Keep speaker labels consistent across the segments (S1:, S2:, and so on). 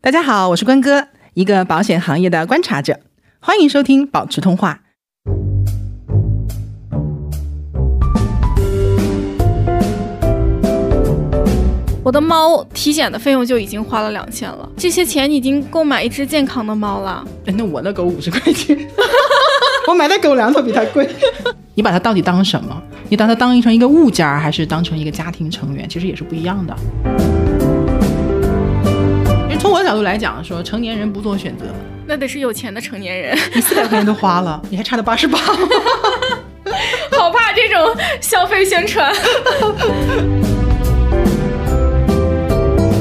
S1: 大家好，我是关哥，一个保险行业的观察者，欢迎收听保持通话。
S2: 我的猫体检的费用就已经花了两千了，这些钱已经购买一只健康的猫了。
S1: 哎，那我那狗五十块钱， 我买的狗粮都比它贵。你把它到底当什么？你把它当成一个物件儿，还是当成一个家庭成员？其实也是不一样的。因为从我的角度来讲，说成年人不做选择，
S2: 那得是有钱的成年人，
S1: 你四百块钱都花了， 你还差的八十八。
S2: 好怕这种消费宣传。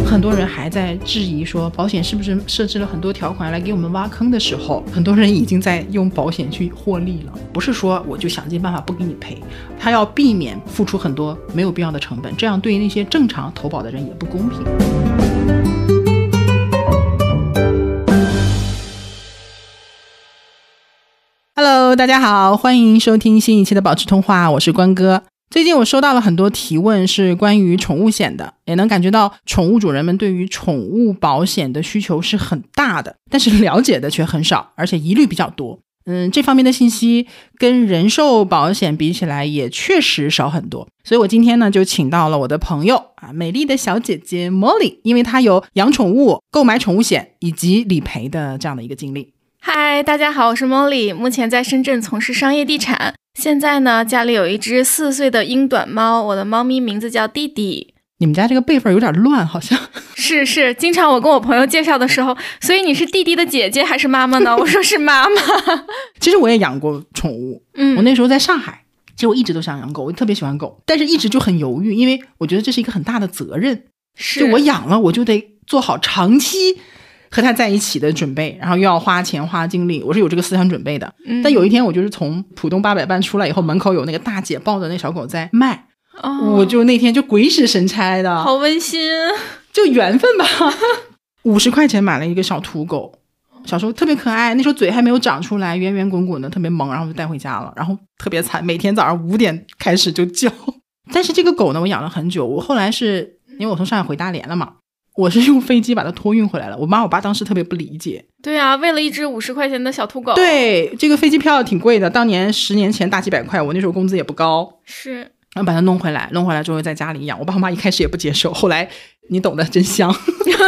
S1: 很多人还在质疑说，保险是不是设置了很多条款来给我们挖坑的时候，很多人已经在用保险去获利了。不是说我就想尽办法不给你赔，他要避免付出很多没有必要的成本，这样对那些正常投保的人也不公平。Hello，大家好，欢迎收听新一期的保持通话，我是关哥。最近我收到了很多提问，是关于宠物险的，也能感觉到宠物主人们对于宠物保险的需求是很大的，但是了解的却很少，而且疑虑比较多。嗯，这方面的信息跟人寿保险比起来，也确实少很多。所以我今天呢，就请到了我的朋友啊，美丽的小姐姐 Molly，因为她有养宠物、购买宠物险以及理赔的这样的一个经历。
S2: 嗨，大家好，我是 Molly，目前在深圳从事商业地产。现在呢，家里有一只四岁的英短猫，我的猫咪名字叫弟弟。
S1: 你们家这个辈分有点乱，好像。
S2: 是是，经常我跟我朋友介绍的时候，所以你是弟弟的姐姐还是妈妈呢？我说是妈 妈。
S1: 其实我也养过宠物，
S2: 嗯，
S1: 我那时候在上海，其实我一直都想养狗，我特别喜欢狗，但是一直就很犹豫，因为我觉得这是一个很大的责任，
S2: 是
S1: 就我养了，我就得做好长期和它在一起的准备，然后又要花钱花精力，我是有这个思想准备的。
S2: 嗯
S1: 但有一天，我就是从浦东八佰伴出来以后，门口有那个大姐抱着那小狗在卖，
S2: 哦
S1: 我就那天就鬼使神差的，
S2: 好温馨。
S1: 就缘分吧， 五十块钱买了一个小土狗，小时候特别可爱，那时候嘴还没有长出来，圆圆滚滚的，特别萌，然后就带回家了，然后特别惨，每天早上五点开始就叫。 但是这个狗呢，我养了很久，我后来是因为我从上海回大连了嘛，我是用飞机把它托运回来了。我妈我爸当时特别不理解，
S2: 对啊，为了一只五十块钱的小土狗，，
S1: 对这个飞机票挺贵的，当年十年前大几百块，我那时候工资也不高，
S2: 是
S1: 然后把它弄回来，弄回来之后在家里养。我爸我妈一开始也不接受，后来你懂的，真香。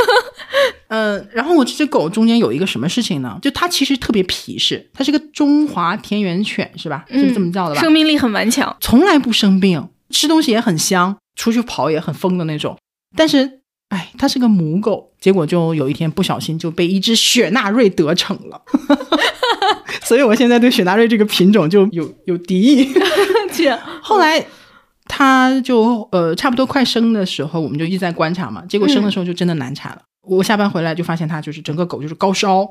S1: 嗯，然后我这只狗中间有一个什么事情呢？就它其实特别皮实，它是个中华田园犬，是吧？
S2: 嗯
S1: 是这么叫的吧？
S2: 生命力很顽强。
S1: 从来不生病，吃东西也很香，出去跑也很疯的那种。但是，哎，它是个母狗，结果就有一天不小心就被一只雪纳瑞得逞了。 所以我现在对雪纳瑞这个品种就有有敌意。
S2: 姐，
S1: 后来他就呃差不多快生的时候，我们就一直在观察嘛，结果生的时候就真的难产了。我下班回来就发现他就是整个狗就是高烧，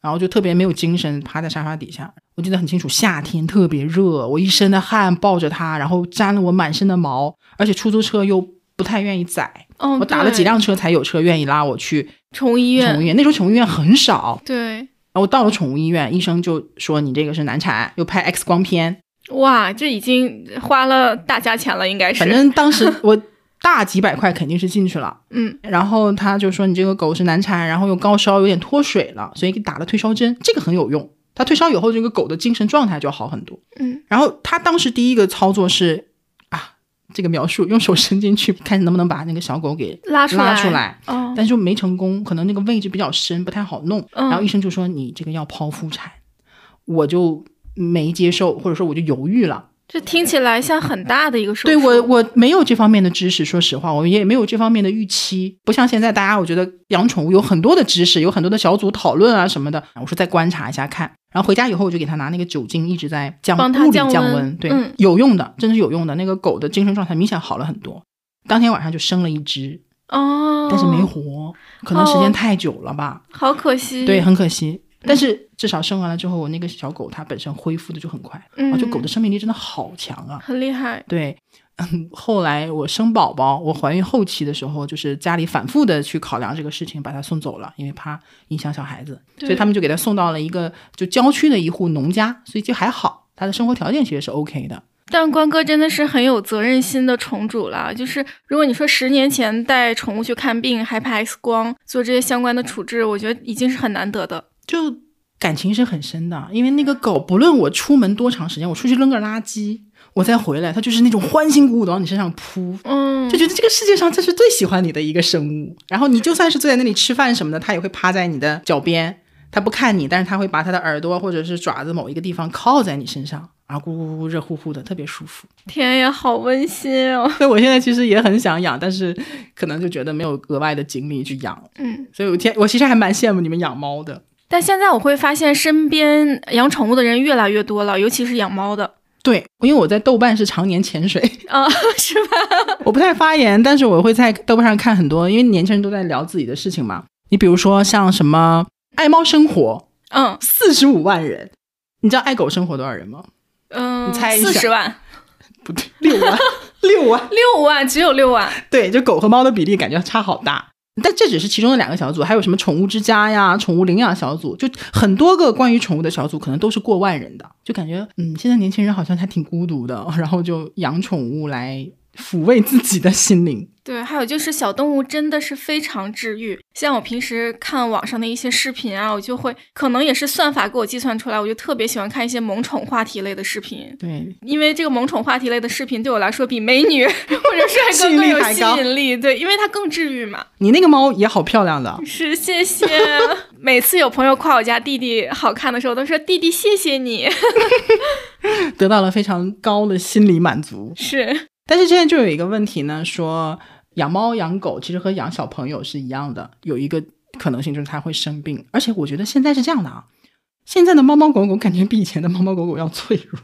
S1: 然后就特别没有精神，趴在沙发底下。我记得很清楚，夏天特别热，我一身的汗抱着它，然后沾了我满身的毛，而且出租车又不太愿意载，
S2: 哦，
S1: 我打了
S2: 对
S1: 几辆车才有车愿意拉我去
S2: 宠物医
S1: 宠物
S2: 院，
S1: 医院。那时候宠物医院很少，
S2: 对，
S1: 然后我到了宠物医院，医生就说你这个是难产，又拍 X 光片，
S2: 哇，这已经花了大价钱了，应该是，
S1: 反正当时我大几百块肯定是进去了。
S2: 嗯，
S1: 然后他就说你这个狗是难产，然后又高烧，有点脱水了，所以给打了退烧针，这个很有用。他退烧以后，这个狗的精神状态就好很多。
S2: 嗯，
S1: 然后他当时第一个操作是啊，这个描述用手伸进去，看能不能把那个小狗给
S2: 拉出来，
S1: 拉出，来，
S2: 哦，
S1: 但是就没成功，可能那个位置比较深，不太好弄。
S2: 嗯
S1: 然后医生就说你这个要剖腹产，我就没接受，或者说我就犹豫了。
S2: 这听起来像很大的一个手术，
S1: 对我，我没有这方面的知识，说实话，我也没有这方面的预期。不像现在大家，我觉得养宠物有很多的知识，有很多的小组讨论啊什么的。我说再观察一下看，然后回家以后我就给它拿那个酒精一直在降
S2: 帮它
S1: 物理
S2: 降
S1: 降
S2: 温
S1: 对，
S2: 嗯
S1: 有用的，真的是有用的。那个狗的精神状态明显好了很多。当天晚上就生了一只，
S2: 哦，
S1: 但是没，活，可能时
S2: 哦嗯
S1: 间太久了吧，
S2: 好可惜，
S1: 对，，很可惜。但是至少生完了之后，我那个小狗它本身恢复的就很快，
S2: 嗯
S1: 啊，就狗的生命力真的好强啊！
S2: 很厉害，
S1: 对，嗯，后来我生宝宝，我怀孕后期的时候，就是家里反复的去考量这个事情，把他送走了，因为怕影响小孩子，所以
S2: 对
S1: 他们就给他送到了一个就郊区的一户农家，所以就还好，他的生活条件其实是 OK 的。
S2: 但关哥真的是很有责任心的宠主了。就是如果你说十年前带宠物去看病，还拍 X 光，做这些相关的处置，我觉得已经是很难得的。
S1: 就感情是很深的，因为那个狗，不论我出门多长时间，我出去扔个垃圾，我再回来，它就是那种欢欣鼓舞的往你身上扑，
S2: 嗯，
S1: 就觉得这个世界上它是最喜欢你的一个生物。然后你就算是坐在那里吃饭什么的，它也会趴在你的脚边，它不看你，但是它会把它的耳朵或者是爪子某一个地方靠在你身上，啊咕咕咕，热乎乎的，特别舒服。
S2: 天呀，好温馨哦。
S1: 所以我现在其实也很想养，但是可能就觉得没有额外的精力去养，
S2: 嗯，
S1: 所以我天，我其实还蛮羡慕你们养猫的。
S2: 但现在我会发现身边养宠物的人越来越多了，尤其是养猫的
S1: 对，因为我在豆瓣是常年潜水，
S2: 啊，是吧？
S1: 我不太发言，但是我会在豆瓣上看很多，因为年轻人都在聊自己的事情嘛。你比如说像什么爱猫生活，
S2: 嗯
S1: 四十五万人，你知道爱狗生活多少人吗？
S2: 嗯，
S1: 你猜一下
S2: 四十万，
S1: 不对，六万， 六万。
S2: 六万，只有六万。
S1: 对，就狗和猫的比例感觉差好大。但这只是其中的两个小组，还有什么宠物之家呀、宠物领养小组，就很多个关于宠物的小组，可能都是过万人的。就感觉，嗯，现在年轻人好像还挺孤独的，然后就养宠物来抚慰自己的心灵。
S2: 对，还有就是小动物真的是非常治愈。像我平时看网上的一些视频啊，我就会可能也是算法给我计算出来，我就特别喜欢看一些萌宠话题类的视频，
S1: 对，
S2: 因为这个萌宠话题类的视频对我来说比美女 或者帅
S1: 吸
S2: 哥
S1: 引
S2: 更
S1: 力
S2: 有
S1: 还
S2: 吸
S1: 高
S2: 引力。对，因为它更治愈嘛。
S1: 你那个猫也好漂亮的，
S2: 是，谢谢。 每次有朋友夸我家弟弟好看的时候，我都说弟弟谢谢你。
S1: 得到了非常高的心理满足。
S2: 是，
S1: 但是现在就有一个问题呢，说养猫养狗其实和养小朋友是一样的，有一个可能性就是它会生病，而且我觉得现在是这样的啊，现在的猫猫狗狗感觉比以前的猫猫狗狗要脆弱，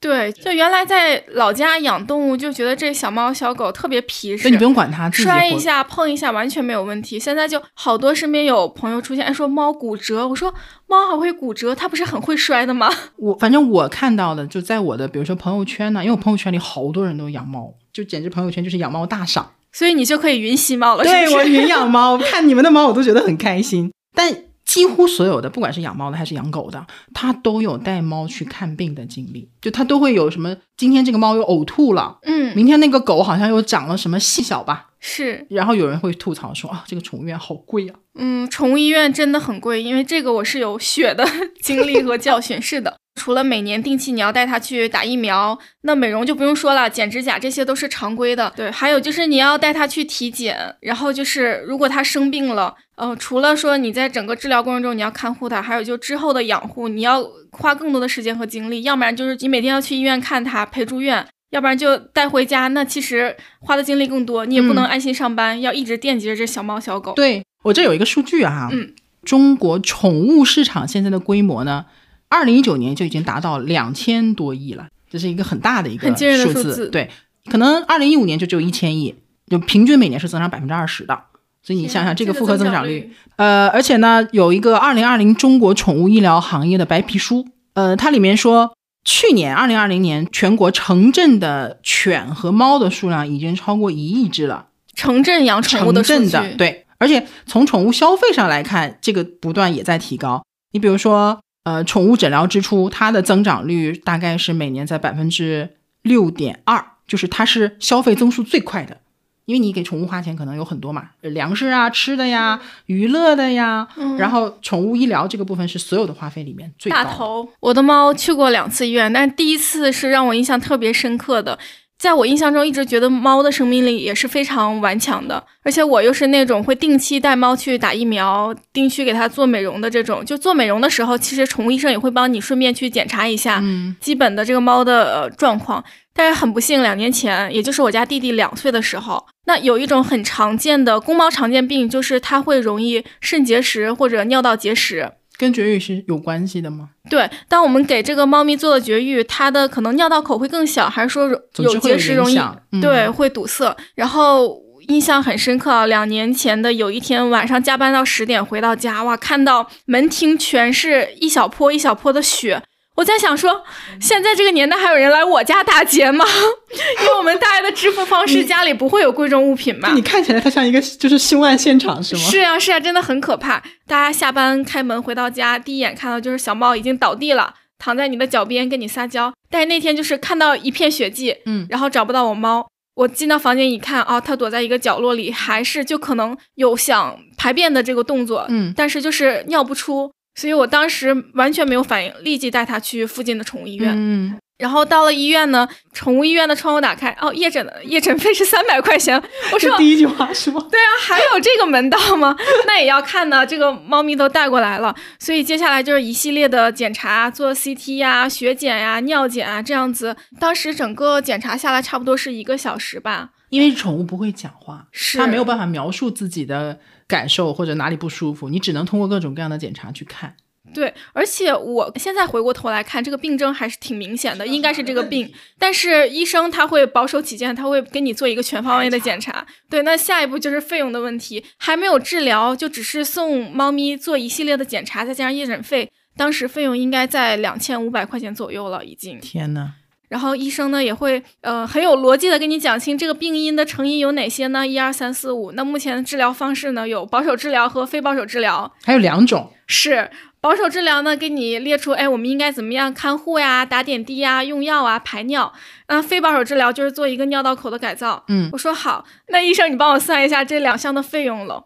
S2: 对，就原来在老家养动物，就觉得这小猫小狗特别皮
S1: 所
S2: 实
S1: 以你，不用管它，自己
S2: 摔一
S1: 活
S2: 下、碰一下完全没有问题。现在就好多身边有朋友出现，哎，说猫骨折，我说猫还会骨折，它不是很会摔的吗？
S1: 我反正我看到的就在我的比如说朋友圈呢，因为我朋友圈里好多人都养猫，就简直朋友圈就是养猫大赏。
S2: 所以你就可以云吸猫了，是
S1: 对
S2: 不
S1: 我
S2: 是？
S1: 云养猫， 看你们的猫我都觉得很开心。但几乎所有的，不管是养猫的还是养狗的，它都有带猫去看病的经历，就它都会有什么，今天这个猫又呕吐了，
S2: 嗯，
S1: 明天那个狗好像又长了什么细小吧，
S2: 是，
S1: 然后有人会吐槽说啊，这个宠物医院好贵啊。
S2: 嗯，宠物医院真的很贵，因为这个我是有血的 经历和教训。是的，除了每年定期你要带它去打疫苗，那美容就不用说了，剪指甲这些都是常规的。对，还有就是你要带它去体检，然后就是如果它生病了，呃，除了说你在整个治疗过程中你要看护它，还有就之后的养护，你要花更多的时间和精力，要不然就是你每天要去医院看它陪住院。要不然就带回家，那其实花的精力更多，你也不能
S1: 嗯
S2: 安心上班，要一直惦记着这小猫小狗。
S1: 对我这有一个数据啊，
S2: 嗯，
S1: 中国宠物市场现在的规模呢，二零一九年就已经达到两千多亿了，这是一个很大的一个
S2: 很惊人
S1: 数
S2: 的数字
S1: 对，可能二零一五年就只有一千亿，就平均每年是增长百分之二十的。所以你
S2: 啊
S1: 想想这个复合增长率，，呃，而且呢，有一个《二零二零中国宠物医疗行业的白皮书》，呃，它里面说，去年二零二零年全国城镇的犬和猫的数量已经超过一亿只了。
S2: 城镇养宠物
S1: 城
S2: 的数
S1: 镇
S2: 据，
S1: 的，对。而且从宠物消费上来看，这个不断也在提高。你比如说，呃，宠物诊疗支出，它的增长率大概是每年在百分之六点二，就是它是消费增速最快的。因为你给宠物花钱可能有很多嘛，呃粮食啊、吃的呀、娱乐的呀，
S2: 嗯
S1: 然后宠物医疗这个部分是所有的花费里面最高
S2: 大
S1: 的。
S2: 头。我的猫去过两次医院，但第一次是让我印象特别深刻的。在我印象中，一直觉得猫的生命力也是非常顽强的，而且我又是那种会定期带猫去打疫苗、定期给它做美容的这种。就做美容的时候，其实宠物医生也会帮你顺便去检查一下
S1: 嗯
S2: 基本的这个猫的、呃、状况。但是很不幸，两年前，也就是我家弟弟两岁的时候，那有一种很常见的公猫常见病，就是它会容易肾结石或者尿道结石。
S1: 跟绝育是有关系的吗？
S2: 对，当我们给这个猫咪做了绝育，它的可能尿道口会更小，还是说容
S1: 总之会
S2: 结
S1: 有
S2: 石容
S1: 影
S2: 易、
S1: 响。嗯
S2: 对，会堵塞？然后印象很深刻啊，两年前的有一天晚上加班到十点回到家，哇，看到门厅全是一小坡一小坡的雪。我在想说，现在这个年代还有人来我家打劫吗？ 因为我们大家的支付方式，家里不会有贵重物品嘛
S1: 你。看起来它像一个就是凶案现场是吗？
S2: 是啊，是啊，真的很可怕。大家下班开门回到家，第一眼看到就是小猫已经倒地了，躺在你的脚边跟你撒娇。但是那天就是看到一片血迹，
S1: 嗯
S2: 然后找不到我猫。我进到房间一看，啊，它躲在一个角落里，还是就可能有想排便的这个动作，
S1: 嗯
S2: 但是就是尿不出，所以我当时完全没有反应，立即带它去附近的宠物医院。
S1: 嗯，
S2: 然后到了医院呢，宠物医院的窗户打开，哦，夜诊的夜诊费是三百块钱。 我说
S1: 这第一句话是吗？
S2: 对啊，还有这个门道吗？ 那也要看呢。这个猫咪都带过来了，所以接下来就是一系列的检查，做 CT 呀、血检呀、尿检啊这样子。当时整个检查下来差不多是一个小时吧。
S1: 因为宠物不会讲话，
S2: 是
S1: 它没有办法描述自己的感受或者哪里不舒服，你只能通过各种各样的检查去看。
S2: 对，而且我现在回过头来看，这个病症还是挺明显的，应该是这个病。但是医生他会保守起见，他会给你做一个全方位的检查。对，那下一步就是费用的问题，还没有治疗，就只是送猫咪做一系列的检查，再加上夜诊费，当时费用应该在两千五百块钱左右了，已经。
S1: 天呐，
S2: 然后医生呢也会呃很有逻辑的跟你讲清这个病因的成因有哪些呢？一二三四五。那目前的治疗方式呢有保守治疗和非保守治疗。
S1: 还有两种，
S2: 是保守治疗呢，给你列出，哎，我们应该怎么样看护呀、打点滴呀、用药啊、排尿。嗯，非保守治疗就是做一个尿道口的改造。
S1: 嗯
S2: 我说好，那医生你帮我算一下这两项的费用喽，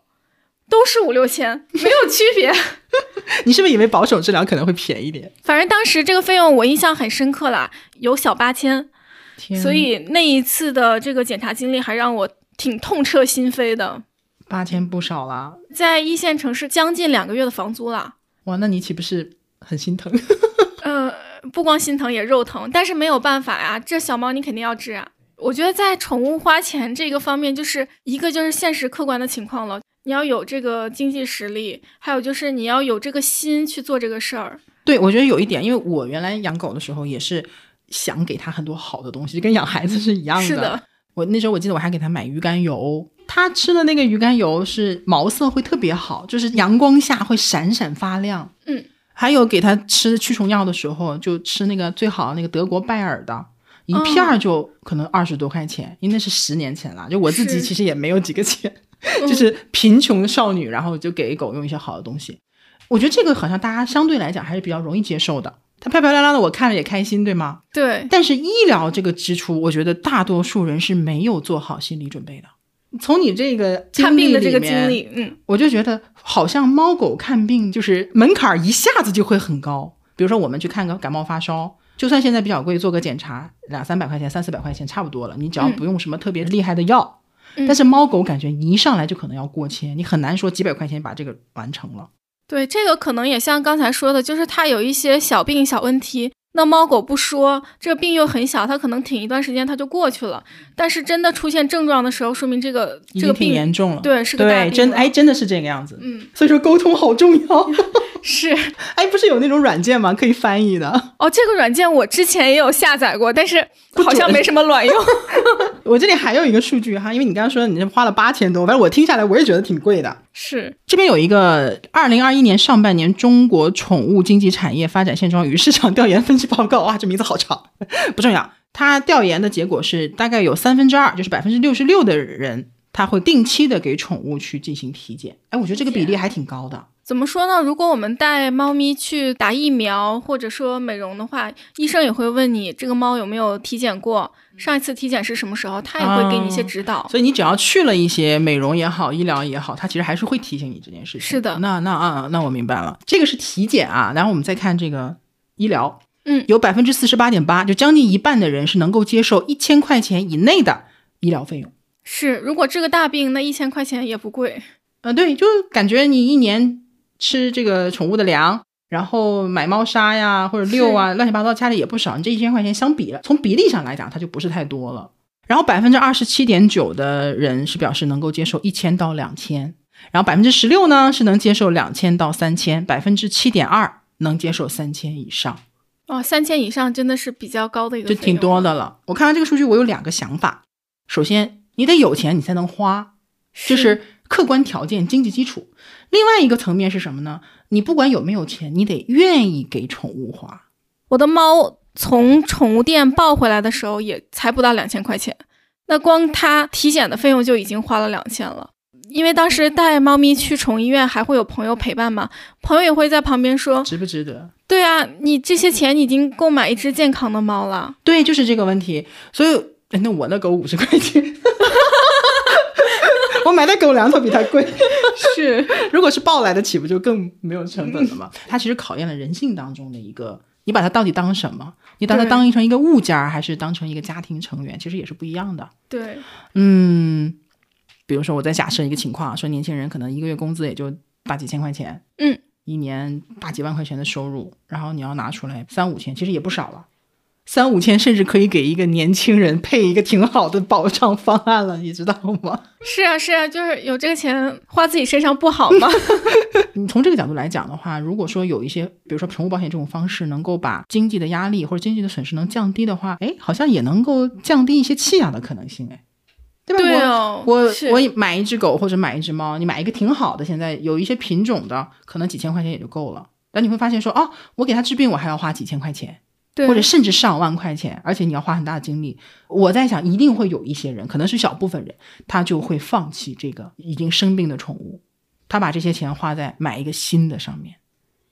S2: 都是五六千，没有区别。
S1: 你是不是以为保守治疗可能会便宜点？
S2: 反正当时这个费用我印象很深刻啦，有小八千，
S1: 天
S2: 所以那一次的这个检查经历还让我挺痛彻心扉的。
S1: 八千不少啦，
S2: 在一线城市将近两个月的房租啦，
S1: 哇，那你岂不是很心疼？
S2: 呃，不光心疼也肉疼，但是没有办法呀、这小猫你肯定要治啊。我觉得在宠物花钱这个方面，就是一个就是现实客观的情况了，你要有这个经济实力，还有就是你要有这个心去做这个事儿。
S1: 对，我觉得有一点，因为我原来养狗的时候也是想给它很多好的东西，就跟养孩子是一样
S2: 是的，
S1: 我那时候我记得我还给它买鱼肝油，它吃的那个鱼肝油是毛色会特别好，就是阳光下会闪闪发亮。
S2: 嗯，
S1: 还有给它吃驱虫药的时候，就吃那个最好的那个德国拜耳的。一片
S2: 哦
S1: 儿就可能二十多块钱，因为那是十年前了。就我自己
S2: 是
S1: 其实也没有几个 钱，就是贫穷少女，然后就给狗用一些好的东西。我觉得这个好像大家相对来讲还是比较容易接受的。它漂漂亮亮的，我看了也开心，对吗？
S2: 对，
S1: 但是医疗这个支出，我觉得大多数人是没有做好心理准备的。从你这个
S2: 看病的这个
S1: 经
S2: 经
S1: 历里面，
S2: 历，嗯，
S1: 我就觉得好像猫狗看病就是门槛儿一下子就会很高。比如说我们去看个感冒发烧，就算现在比较贵，做个检查两三百块钱、三四百块钱差不多了，你只要
S2: 嗯
S1: 不用什么特别厉害的药。
S2: 嗯
S1: 但是猫狗感觉你一上来就可能要过千，你很难说几百块钱把这个完成了。
S2: 对，这个可能也像刚才说的，就是它有一些小病小问题。那猫狗不说，这个病又很小，它可能挺一段时间它就过去了。但是真的出现症状的时候，说明这个
S1: 已
S2: 这
S1: 经
S2: 个
S1: 挺
S2: 病
S1: 严重了，
S2: 对是个大
S1: 对，
S2: 病
S1: 真
S2: 了
S1: 哎真的是这个样子。
S2: 嗯，
S1: 所以说沟通好重要。
S2: 是
S1: 哎，不是有那种软件吗？可以翻译的。
S2: 哦，这个软件我之前也有下载过，但是
S1: 不
S2: 好像
S1: 准
S2: 没什么 卵用。
S1: 我这里还有一个数据哈，因为你刚刚说你这花了八千多，反正我听下来我也觉得挺贵的。
S2: 是，
S1: 这边有一个二零二一年上半年中国宠物经济产业发展现状与市场调研分析报告，哇，这名字好长， 不重要。它调研的结果是，大概有三分之二，就是百分之六十六的人，他会定期的给宠物去进行体检。哎，我觉得这个比例还挺高的。
S2: 怎么说呢？如果我们带猫咪去打疫苗或者说美容的话，医生也会问你这个猫有没有体检过，上一次体检是什么时候，他也会给你一些
S1: 哦
S2: 指导。
S1: 所以你只要去了一些美容也好、医疗也好，它其实还是会提醒你这件事情。
S2: 是的
S1: 那那啊，那我明白了，这个是体检啊。然后我们再看这个医疗，
S2: 嗯
S1: 有百分之四十八点八，就将近一半的人是能够接受一千块钱以内的医疗费用。
S2: 是，如果这个大病，那一千块钱也不贵。
S1: 嗯、对，就感觉你一年吃这个宠物的粮。然后买猫砂呀，或者遛啊，乱七八糟家里也不少。你这一千块钱相比了，从比例上来讲，它就不是太多了。然后百分之二十七点九的人是表示能够接受一千到两千，然后百分之十六呢是能接受两千到三千，百分之七点二能接受三千以上，
S2: 哦，三千以上真的是比较高的一个，
S1: 就挺。多的了。我看完这个数据，我有两个想法。首先，你得有钱，你才能花。就是客观条件、经济基础。另外一个层面是什么呢？你不管有没有钱，你得愿意给宠物花。
S2: 我的猫从宠物店抱回来的时候也才不到两千块钱，那光它体检的费用就已经花了两千了。因为当时带猫咪去宠物医院，还会有朋友陪伴嘛，朋友也会在旁边说
S1: 值不值得？：“
S2: 对啊，你这些钱你已经购买一只健康的猫了。
S1: 对，就是这个问题。所以，哎那我那狗五十块 钱，我买的狗粮都比它贵。
S2: 是”
S1: 如 果是抱来的，岂不就更没有成本了吗？它其实考验了人性当中的一个，你把它到底当什么？你把它
S2: 对
S1: 当成一个物件儿，还是当成一个家庭成员？其实也是不一样的。
S2: 对，
S1: 嗯，比如说我再假设一个情况，说年轻人可能一个月工资也就大几千块钱，
S2: 嗯，
S1: 一年大几万块钱的收入，然后你要拿出来三五千，其实也不少了。三五千甚至可以给一个年轻人配一个挺好的保障方案了，你知道吗？
S2: 是啊，是啊，就是有这个钱花自己身上不好吗？
S1: 你从这个角度来讲的话，如果说有一些，比如说宠物保险这种方式，能够把经济的压力或者经济的损失能降低的话，哎，好像也能够降低一些弃养的可能性，哎， 对吧？
S2: 对
S1: 我
S2: 哦，
S1: 我
S2: 是
S1: 我买一只狗或者买一只猫，你买一个挺好的，现在有一些品种的，可能几千块钱也就够了。但你会发现说，哦，我给它治病，我还要花几千块钱，
S2: 对
S1: 或者甚至上万块钱，而且你要花很大的精力。我在想，一定会有一些人，可能是小部分人，他就会放弃这个已经生病的宠物，他把这些钱花在买一个新的上面。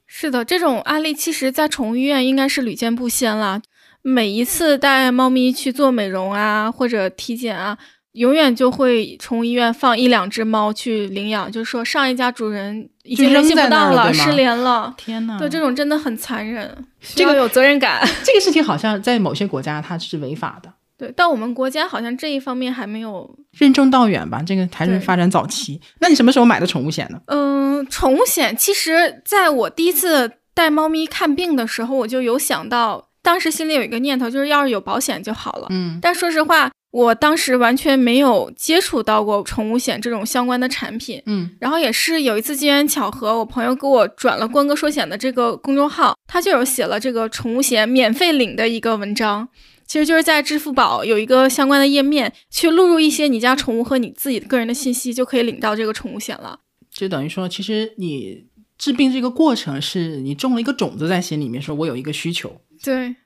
S2: 是的，这种案例其实，在宠物医院应该是屡见不鲜啦。每一次带猫咪去做美容啊，或者体检啊，永远就会宠物医院放一两只猫去领养，就是说上一家主人已
S1: 就
S2: 经联
S1: 扔
S2: 系
S1: 在
S2: 不
S1: 那
S2: 到
S1: 儿了对吗
S2: 失联了。
S1: 天哪
S2: 对，这种真的很残忍，
S1: 这个
S2: 需要有责任感。
S1: 这个事情好像在某些国家它是违法的。
S2: 对，但我们国家好像这一方面还没有。
S1: 任重道远吧，这个还是
S2: 对
S1: 发展早期。那你什么时候买的宠物险呢？
S2: 嗯，宠物险其实在我第一次带猫咪看病的时候，我就有想到，当时心里有一个念头，就是要是有保险就好了。
S1: 嗯，
S2: 但说实话，我当时完全没有接触到过宠物险这种相关的产品。
S1: 嗯
S2: 然后也是有一次机缘巧合，我朋友给我转了“关哥说险”的这个公众号，他就有写了这个宠物险免费领的一个文章。其实就是在支付宝有一个相关的页面，去录入一些你家宠物和你自己个人的信息，就可以领到这个宠物险了。
S1: 就等于说，其实你治病这个过程是你种了一个种子在心里面，说我有一个需求。
S2: 对，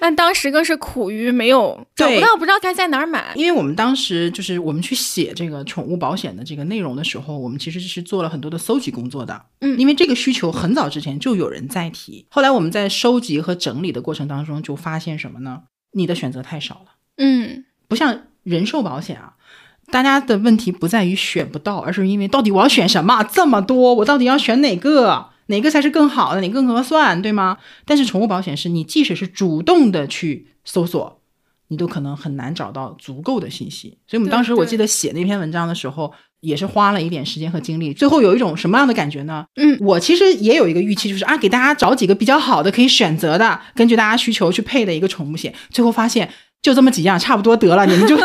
S2: 但当时更是苦于没有找
S1: 对
S2: 不到，不知道该在哪儿买。
S1: 因为我们当时就是我们去写这个宠物保险的这个内容的时候，我们其实是做了很多的搜集工作的。
S2: 嗯
S1: 因为这个需求很早之前就有人在提，后来我们在收集和整理的过程当中就发现什么呢？你的选择太少了。
S2: 嗯，
S1: 不像人寿保险啊，大家的问题不在于选不到，而是因为到底我要选什么？这么多，我到底要选哪个？哪个才是更好的？哪个更合算，对吗？但是宠物保险是你即使是主动的去搜索，你都可能很难找到足够的信息。所以我们
S2: 对
S1: 当时我
S2: 对
S1: 记得写那篇文章的时候，也是花了一点时间和精力。最后有一种什么样的感觉呢？
S2: 嗯，
S1: 我其实也有一个预期，就是啊，给大家找几个比较好的可以选择的，根据大家需求去配的一个宠物险。最后发现就这么几样，差不多得了，你们就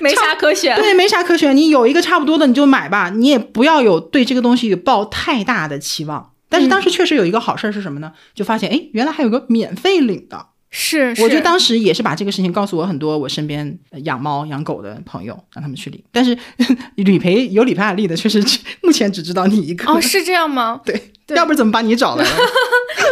S2: 没啥可选。
S1: 对，没啥可选。你有一个差不多的你就买吧，你也不要有对这个东西有抱太大的期望。但是当
S2: 嗯
S1: 时确实有一个好事儿是什么呢？就发现哎，诶原来还有个免费领的。
S2: 是，
S1: 我
S2: 是
S1: 就当时也是把这个事情告诉我很多我身边呃养猫养狗的朋友，让他们去领。但是 理赔有理赔案例的，确实只目前只知道你一个，
S2: 哦，是这样吗？
S1: 对，
S2: 对
S1: 要不然怎么把你找来 了？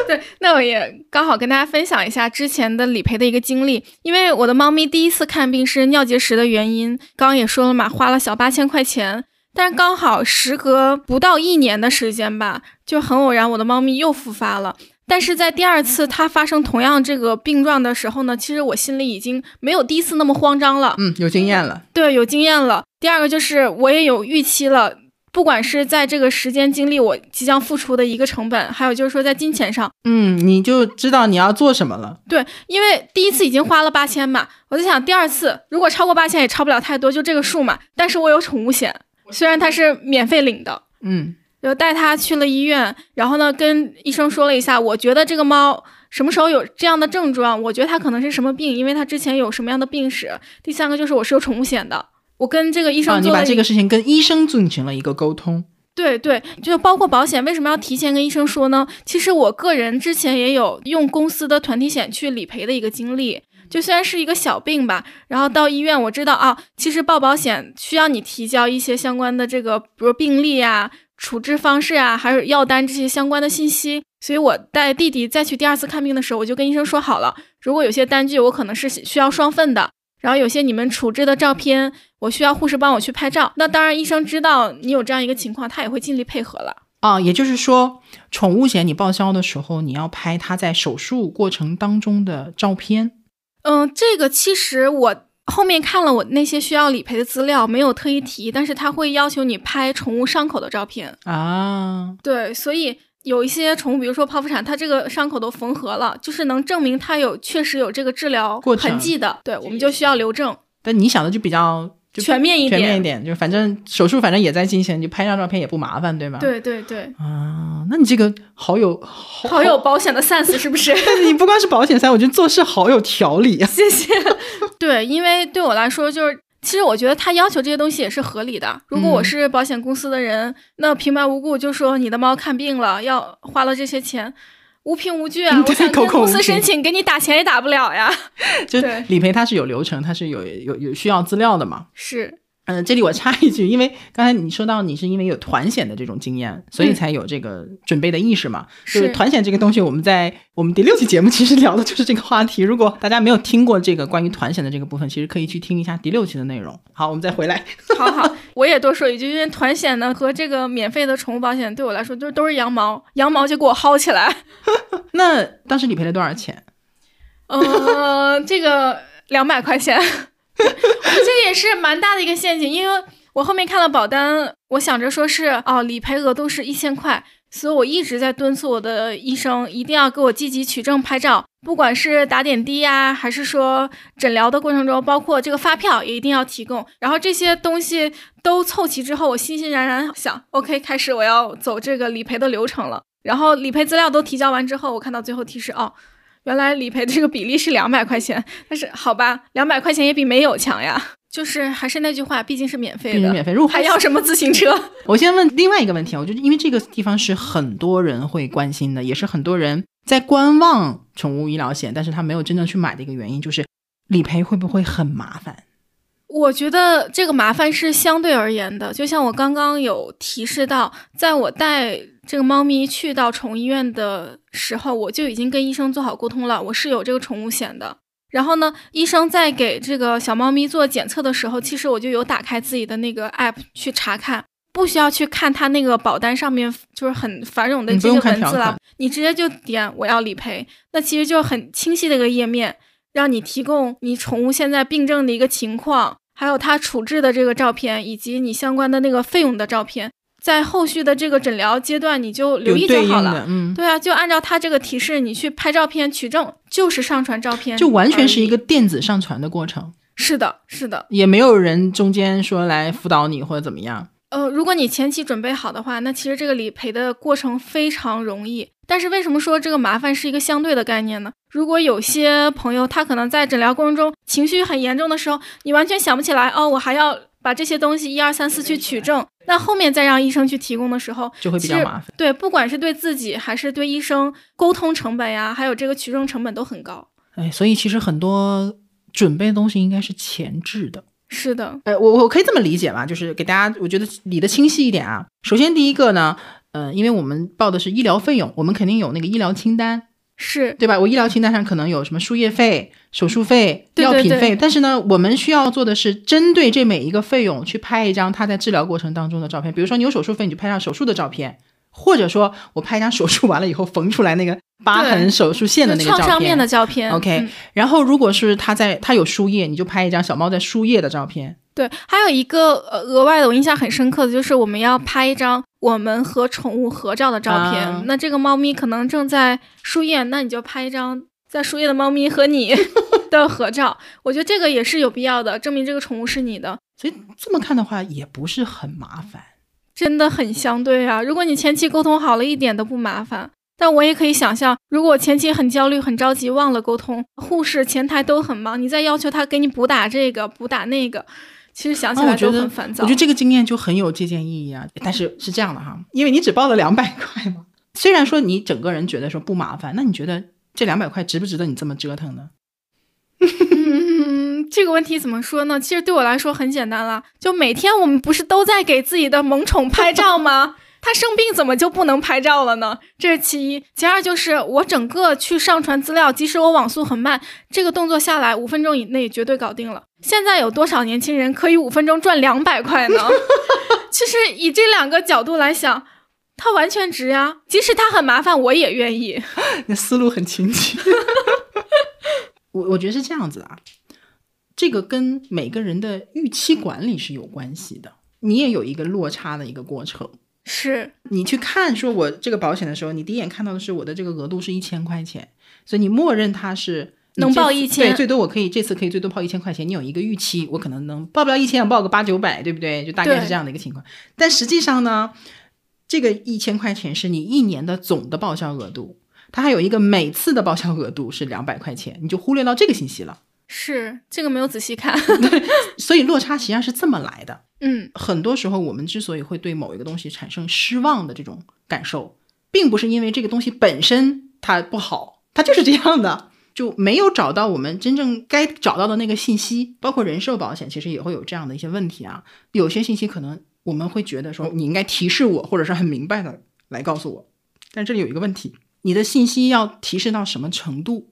S2: 对，那我也刚好跟大家分享一下之前的理赔的一个经历，因为我的猫咪第一次看病是尿结石的原因，刚刚也说了嘛，花了小八千块钱，但是刚好时隔不到一年的时间吧，就很偶然，我的猫咪又复发了。但是在第二次它发生同样这个病状的时候呢，其实我心里已经没有第一次那么慌张了，
S1: 嗯，有经验了，
S2: 对，有经验了。第二个就是我也有预期了，不管是在这个时间精力我即将付出的一个成本，还有就是说在金钱上。
S1: 嗯，你就知道你要做什么了。
S2: 对，因为第一次已经花了八千嘛，我就想第二次如果超过八千也超不了太多，就这个数嘛。但是我有宠物险，虽然它是免费领的，
S1: 嗯，
S2: 就带它去了医院，然后呢跟医生说了一下，我觉得这个猫什么时候有这样的症状，我觉得它可能是什么病，因为它之前有什么样的病史。第三个就是我是有宠物险的，我跟这个医
S1: 啊，
S2: 生
S1: 你
S2: 做了、
S1: 把这个。事情跟医生进行了一个沟通。
S2: 对对，就包括保险，为什么要提前跟医生说呢？其实我个人之前也有用公司的团体险去理赔的一个经历，就虽然是一个小病吧，然后到医院我知道啊，其实报保险需要你提交一些相关的这个，比如病历啊、处置方式啊，还有药单这些相关的信息。所以我带弟弟再去第二次看病的时候，我就跟医生说好了，如果有些单据我可能是需要双份的，然后有些你们处置的照片，我需要护士帮我去拍照。那当然，医生知道你有这样一个情况，他也会尽力配合了。
S1: 啊，也就是说，宠物险你报销的时候，你要拍它在手术过程当中的照片。
S2: 嗯，这个其实我后面看了我那些需要理赔的资料，没有特意提，但是他会要求你拍宠物伤口的照片。
S1: 啊，
S2: 对，所以有一些宠物，比如说剖腹产，它这个伤口都缝合了，就是能证明它有确实有这个治疗
S1: 过程
S2: 痕迹的。对，我们就需要留证，
S1: 但你想的就比较就
S2: 全面一
S1: 全面一
S2: 点。
S1: 点，就反正手术反正也在进行，你就拍张照片也不麻烦，对吧？。
S2: 对对对，
S1: 啊，那你这个好有好
S2: 好有保险的 sense 是不是？
S1: 你不光是保险三，我觉得做事好有条理啊。
S2: 谢谢。对，因为对我来说就是。其实我觉得他要求这些东西也是合理的。如果我
S1: 嗯
S2: 是保险公司的人，那平白无故就说你的猫看病了，要花了这些钱，无凭无据啊！
S1: 嗯
S2: 我
S1: 对
S2: 想
S1: 口
S2: 跟
S1: 口
S2: 公
S1: 无
S2: 司
S1: 凭
S2: 申请，给你打钱也打不了呀。
S1: 就是
S2: 对
S1: 理赔它是有流程，它是有有有需要资料的嘛。
S2: 是，
S1: 嗯、这里我插一句，因为刚才你说到你是因为有团险的这种经验，所以
S2: 嗯
S1: 才有这个准备的意识嘛。就是
S2: 是
S1: 团险这个东西，我们在我们第六期节目其实聊的就是这个话题。如果大家没有听过这个关于团险的这个部分，其实可以去听一下第六期的内容。好，我们再回来。
S2: 好 好，我也多说一句，因为团险呢和这个免费的宠物保险对我来说就都是羊毛，羊毛就给我薅起来。
S1: 那当时理赔了多少钱？
S2: 呃，这个两百块钱， 这个也是蛮大的一个陷阱，因为我后面看了保单，我想着说是哦，理赔额度是一千块，所以我一直在敦促我的医生一定要给我积极取证拍照，不管是打点滴呀、还是说诊疗的过程中，包括这个发票也一定要提供。然后这些东西都凑齐之后，我欣欣然然想，OK，开始我要走这个理赔的流程了。然后理赔资料都提交完之后，我看到最后提示哦，原来理赔的这个比例是两百块钱，但是好吧，两百块钱也比没有强呀。就是还是那句话，毕竟是免费
S1: 病人免
S2: 的，
S1: 费，如果
S2: 还要什么自行车？
S1: 我先问另外一个问题啊，我觉得因为这个地方是很多人会关心的，也是很多人在观望宠物医疗险，但是他没有真正去买的一个原因，就是理赔会不会很麻烦？
S2: 我觉得这个麻烦是相对而言的，就像我刚刚有提示到，在我带这个猫咪去到宠物医院的时候，我就已经跟医生做好沟通了，我是有这个宠物险的。然后呢，医生在给这个小猫咪做检测的时候，其实我就有打开自己的那个 app 去查看，不需要去看它那个保单上面就是很繁冗的
S1: 你不
S2: 这些
S1: 用看
S2: 文字
S1: 条
S2: 了
S1: 款，
S2: 你直接就点我要理赔，那其实就很清晰的一个页面，让你提供你宠物现在病症的一个情况，还有它处置的这个照片，以及你相关的那个费用的照片，在后续的这个诊疗阶段你就留意
S1: 有对
S2: 就
S1: 应
S2: 好了
S1: 的，。嗯，
S2: 对啊，就按照它这个提示，你去拍照片取证，就是上传照片而已，
S1: 就完全是一个电子上传的过程，
S2: 是的，是的。
S1: 也没有人中间说来辅导你或者怎么样。
S2: 呃，如果你前期准备好的话，那其实这个理赔的过程非常容易。但是为什么说这个麻烦是一个相对的概念呢？如果有些朋友他可能在诊疗过程中情绪很严重的时候，你完全想不起来哦，我还要把这些东西一二三四去取证，那后面再让医生去提供的时候，
S1: 就会比较
S2: 其实
S1: 麻烦。
S2: 对，不管是对自己还是对医生，沟通成本呀，还有这个取证成本都很高。
S1: 哎，所以其实很多准备的东西应该是前置的。
S2: 是的，
S1: 呃，我我可以这么理解吧，就是给大家，我觉得理得清晰一点啊。首先第一个呢，呃，因为我们报的是医疗费用，我们肯定有那个医疗清单，
S2: 是
S1: 对吧？我医疗清单上可能有什么输液费、手术费、
S2: 对
S1: 药
S2: 对
S1: 品
S2: 对
S1: 费，但是呢，我们需要做的是针对这每一个费用去拍一张他在治疗过程当中的照片。比如说你有手术费，你就拍上手术的照片，或者说我拍一张手术完了以后缝出来那个疤
S2: 对
S1: 痕、手术线的
S2: 就
S1: 那个
S2: 创
S1: 照
S2: 伤面
S1: 片。
S2: 的照片。
S1: OK，、
S2: 嗯
S1: 然后如果是他在他有输液，你就拍一张小猫在输液的照片。
S2: 对，还有一个呃额外的，我印象很深刻的就是我们要拍一张我们和宠物合照的照片。
S1: 啊
S2: 那这个猫咪可能正在输液，那你就拍一张在输液的猫咪 和你的合照。我觉得这个也是有必要的，证明这个宠物是你的，
S1: 所以这么看的话，也不是很麻烦。
S2: 真的很相对啊。如果你前期沟通好了，一点都不麻烦。但我也可以想象，如果我前期很焦虑、很着急，忘了沟通，护士、前台都很忙，你再要求他给你补打这个、补打那个，其实想起
S1: 啊
S2: 来
S1: 我觉
S2: 都
S1: 得
S2: 很烦躁。
S1: 我觉得这个经验就很有借鉴意义啊。但是是这样的哈，因为你只报了两百块嘛，虽然说你整个人觉得说不麻烦，那你觉得这两百块值不值得你这么折腾呢？
S2: 嗯，这个问题怎么说呢？其实对我来说很简单了，就每天我们不是都在给自己的萌宠拍照吗？ 它生病怎么就不能拍照了呢？这是其一，其二就是我整个去上传资料，即使我网速很慢，这个动作下来五分钟以内绝对搞定了。现在有多少年轻人可以五分钟赚两百块呢？ 其实以这两个角度来想，它完全值呀。即使它很麻烦，我也愿意。
S1: 你思路很清晰。 我我觉得是这样子啊，这个跟每个人的预期管理是有关系的，你也有一个落差的一个过程。
S2: 是，
S1: 你去看说我这个保险的时候，你第一眼看到的是我的这个额度是一千块钱，所以你默认它是你
S2: 能
S1: 这
S2: 报
S1: 次
S2: 1000
S1: 对，最多我可以这次可以最多报一千块钱，你有一个预期，我可能能报不了一千，报个八九百，对不对？就大概
S2: 对
S1: 是这样的一个情况。但实际上呢，这个一千块钱是你一年的总的报销额度，它还有一个每次的报销额度是两百块钱，你就忽略到这个信息了，
S2: 是这个没有仔细看。
S1: 所以落差实际上是这么来的。
S2: 嗯，
S1: 很多时候我们之所以会对某一个东西产生失望的这种感受，并不是因为这个东西本身它不好，它就是这样的，就没有找到我们真正该找到的那个信息。包括人寿保险，其实也会有这样的一些问题啊。有些信息可能我们会觉得说哦你应该提示我，或者是很明白的来告诉我，但这里有一个问题，你的信息要提示到什么程度？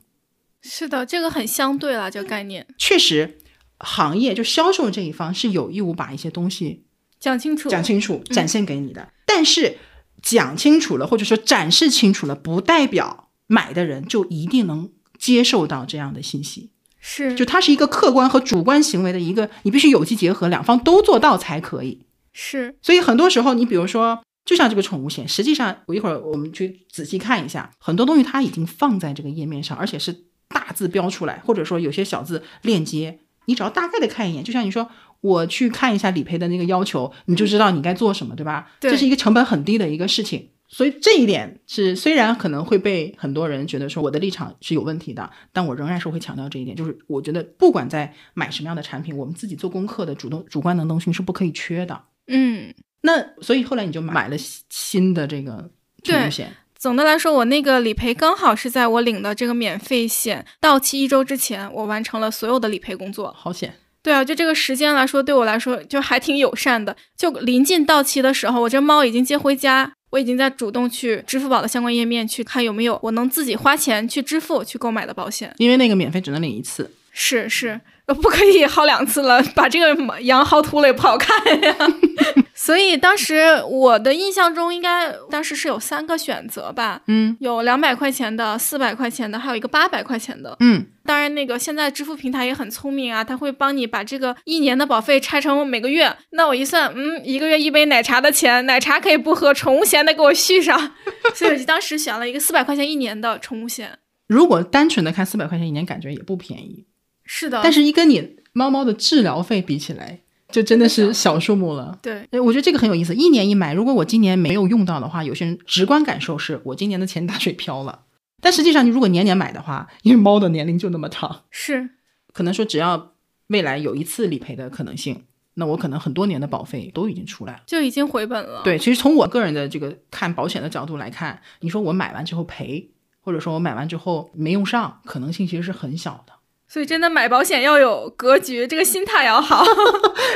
S2: 是的，这个很相对了，这个概念
S1: 确实，行业就销售这一方是有义务把一些东西
S2: 讲清楚。
S1: 讲清楚，展现给你的。但是讲清楚了，或者说展示清楚了，不代表买的人就一定能接受到这样的信息。
S2: 是，
S1: 就它是一个客观和主观行为的一个，你必须有机结合，两方都做到才可以。
S2: 是
S1: 所以很多时候，你比如说，就像这个宠物险，实际上我一会儿我们去仔细看一下，很多东西它已经放在这个页面上，而且是大字标出来，或者说有些小字链接，你只要大概的看一眼，就像你说。我去看一下理赔的那个要求，你就知道你该做什么，对吧？
S2: 对
S1: 这是一个成本很低的一个事情，所以这一点是虽然可能会被很多人觉得说我的立场是有问题的，但我仍然是会强调这一点，就是我觉得不管在买什么样的产品，我们自己做功课的主动主观能动性是不可以缺的。
S2: 嗯。
S1: 那所以后来你就买了新新的这个宠物险，
S2: 总的来说，我那个理赔刚好是在我领的这个免费险到期一周之前，我完成了所有的理赔工作。
S1: 好险！
S2: 对啊，就这个时间来说，对我来说就还挺友善的。就临近到期的时候，我这猫已经接回家，我已经在主动去支付宝的相关页面去看有没有我能自己花钱去支付去购买的保险。
S1: 因为那个免费只能领一次，
S2: 是是，呃不可以薅两次了，把这个羊薅秃了也不好看呀。 所以当时我的印象中，应该当时是有三个选择吧，
S1: 嗯
S2: 有两百块钱的、四百块钱的，还有一个八百块钱的。
S1: 嗯，
S2: 当然，那个现在支付平台也很聪明啊，它会帮你把这个一年的保费拆成每个月。那我一算，嗯，一个月一杯奶茶的钱，奶茶可以不喝，宠物险得给我续上。 所以我就当时选了一个四百块钱一年的宠物险。
S1: 如果单纯的看四百块钱一年，感觉也不便宜，
S2: 是的，
S1: 但
S2: 是
S1: 是一跟你猫猫的治疗费比起来，就真的是小数目了。
S2: 对，
S1: 哎，我觉得这个很有意思。一年一买，如果我今年没有用到的话，有些人直观感受是我今年的钱打水漂了。但实际上，你如果年年买的话，因为猫的年龄就那么长，
S2: 是
S1: 可能说只要未来有一次理赔的可能性，那我可能很多年的保费都已经出来了。
S2: 就已经回本了。，
S1: 对，其实从我个人的这个看保险的角度来看，你说我买完之后赔，或者说我买完之后没用上，可能性其实是很小的。
S2: 所以真的买保险要有格局，这个心态要好，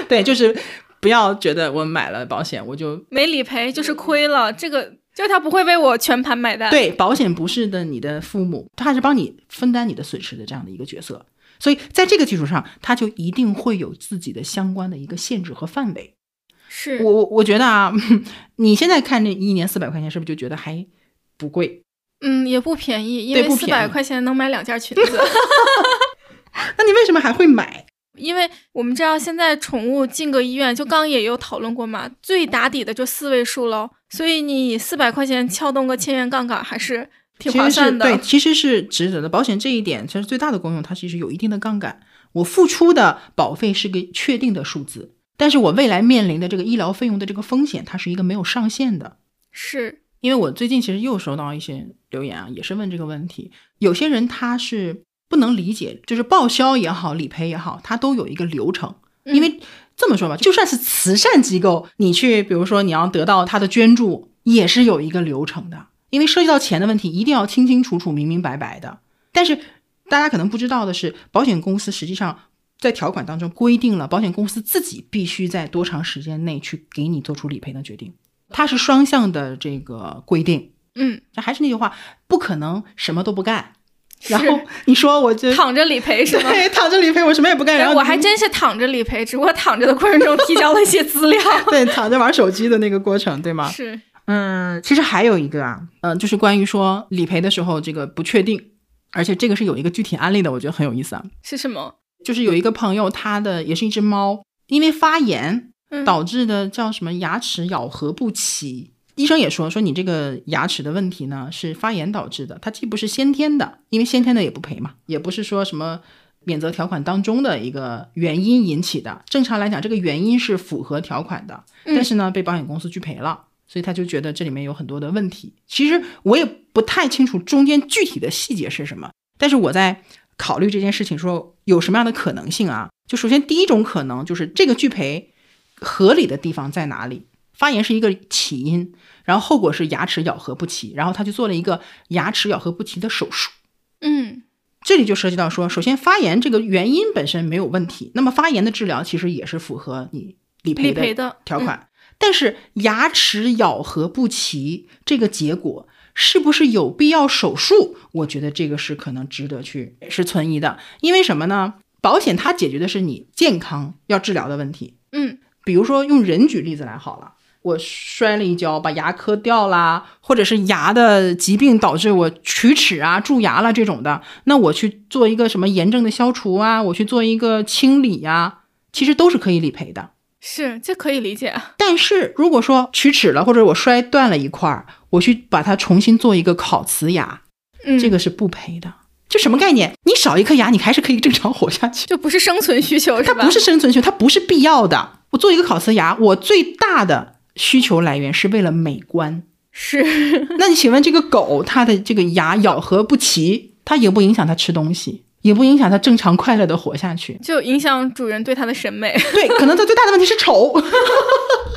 S1: 对，就是不要觉得我买了保险我就
S2: 没理赔就是亏了。这个就是它不会为我全盘买单。，
S1: 对保险不是的你的父母，他是帮你分担你的损失的这样的一个角色。所以在这个基础上，他就一定会有自己的相关的一个限制和范围。
S2: 是
S1: 我我我觉得啊， 你现在看这一年四百块钱，是不是就觉得还不贵？
S2: 嗯，也不便宜，因
S1: 对
S2: 为
S1: 不
S2: 四
S1: 便
S2: 百
S1: 宜
S2: 块钱能买两件裙子。
S1: 那你为什么还会买？
S2: 因为我们知道现在宠物进个医院，就刚刚也有讨论过嘛，最打底的就四位数喽，所以你四百块钱撬动个千元杠杆还是挺
S1: 其
S2: 划
S1: 实是
S2: 算的。
S1: 对，其实是值得的。保险这一点，其实最大的功用，它其实有一定的杠杆。我付出的保费是个确定的数字，但是我未来面临的这个医疗费用的这个风险，它是一个没有上限的。
S2: 是
S1: 因为我最近其实又收到一些留言啊，也是问这个问题。有些人他是不能理解，就是报销也好，理赔也好，它都有一个流程。
S2: 嗯
S1: 因为这么说吧，就算是慈善机构，你去比如说你要得到他的捐助，也是有一个流程的，因为涉及到钱的问题，一定要清清楚楚、明明白白的。但是大家可能不知道的是，保险公司实际上在条款当中规定了，保险公司自己必须在多长时间内去给你做出理赔的决定。它是双向的这个规定。
S2: 嗯，
S1: 就还是那句话，不可能什么都不干。
S2: 是
S1: 然后你说我就
S2: 躺着理赔是 吗？
S1: 对躺着理赔，我什么也不干，然
S2: 对，
S1: 后
S2: 我还真是躺着理赔，只不过躺着的过程中提交了一些 资料。
S1: 对躺着玩手机的那个过程，对吗？
S2: 是，
S1: 嗯，其实还有一个啊，嗯，就是关于说理赔的时候这个不确定，而且这个是有一个具体案例的，我觉得很有意思啊。
S2: 是什么？
S1: 就是有一个朋友，他的也是一只猫，因为发炎
S2: 嗯
S1: 导致的叫什么牙齿咬合不齐。医生也说说你这个牙齿的问题呢是发炎导致的，它既不是先天的，因为先天的也不赔嘛，也不是说什么免责条款当中的一个原因引起的。正常来讲，这个原因是符合条款的，但是呢被保险公司拒赔了，所以他就觉得这里面有很多的问题。其实我也不太清楚中间具体的细节是什么，但是我在考虑这件事情说有什么样的可能性啊？就首先第一种可能就是这个拒赔合理的地方在哪里？发炎是一个起因，然后后果是牙齿咬合不齐，然后他去做了一个牙齿咬合不齐的手术。
S2: 嗯，
S1: 这里就涉及到说，首先发炎这个原因本身没有问题，那么发炎的治疗其实也是符合你理赔
S2: 理赔
S1: 的
S2: 的
S1: 条款。但是牙齿咬合不齐这个结果是不是有必要手术？我觉得这个是可能值得去是存疑的，因为什么呢？保险它解决的是你健康要治疗的问题，
S2: 嗯，
S1: 比如说用人举例子来好了，我摔了一跤，把牙磕掉啦，或者是牙的疾病导致我龋齿啊、蛀牙啦这种的，那我去做一个什么炎症的消除啊，我去做一个清理呀、其实都是可以理赔的。
S2: 是，这可以理解。啊
S1: 但是如果说龋齿了，或者我摔断了一块儿，我去把它重新做一个烤瓷牙，
S2: 嗯，
S1: 这个是不赔的。这什么概念？你少一颗牙，你还是可以正常活下去。
S2: 就不是生存需求是
S1: 它
S2: 吧？
S1: 不是生存需求，它不是必要的。我做一个烤瓷牙，我最大的需求来源是为了美 观。
S2: 是，
S1: 那你请问这个狗，它的这个牙咬合不齐，它也不影响它吃东西，也不影响它正常快乐的活下 去。
S2: 就影响主人对它的审美。
S1: 对，可能它最大的问题是 丑。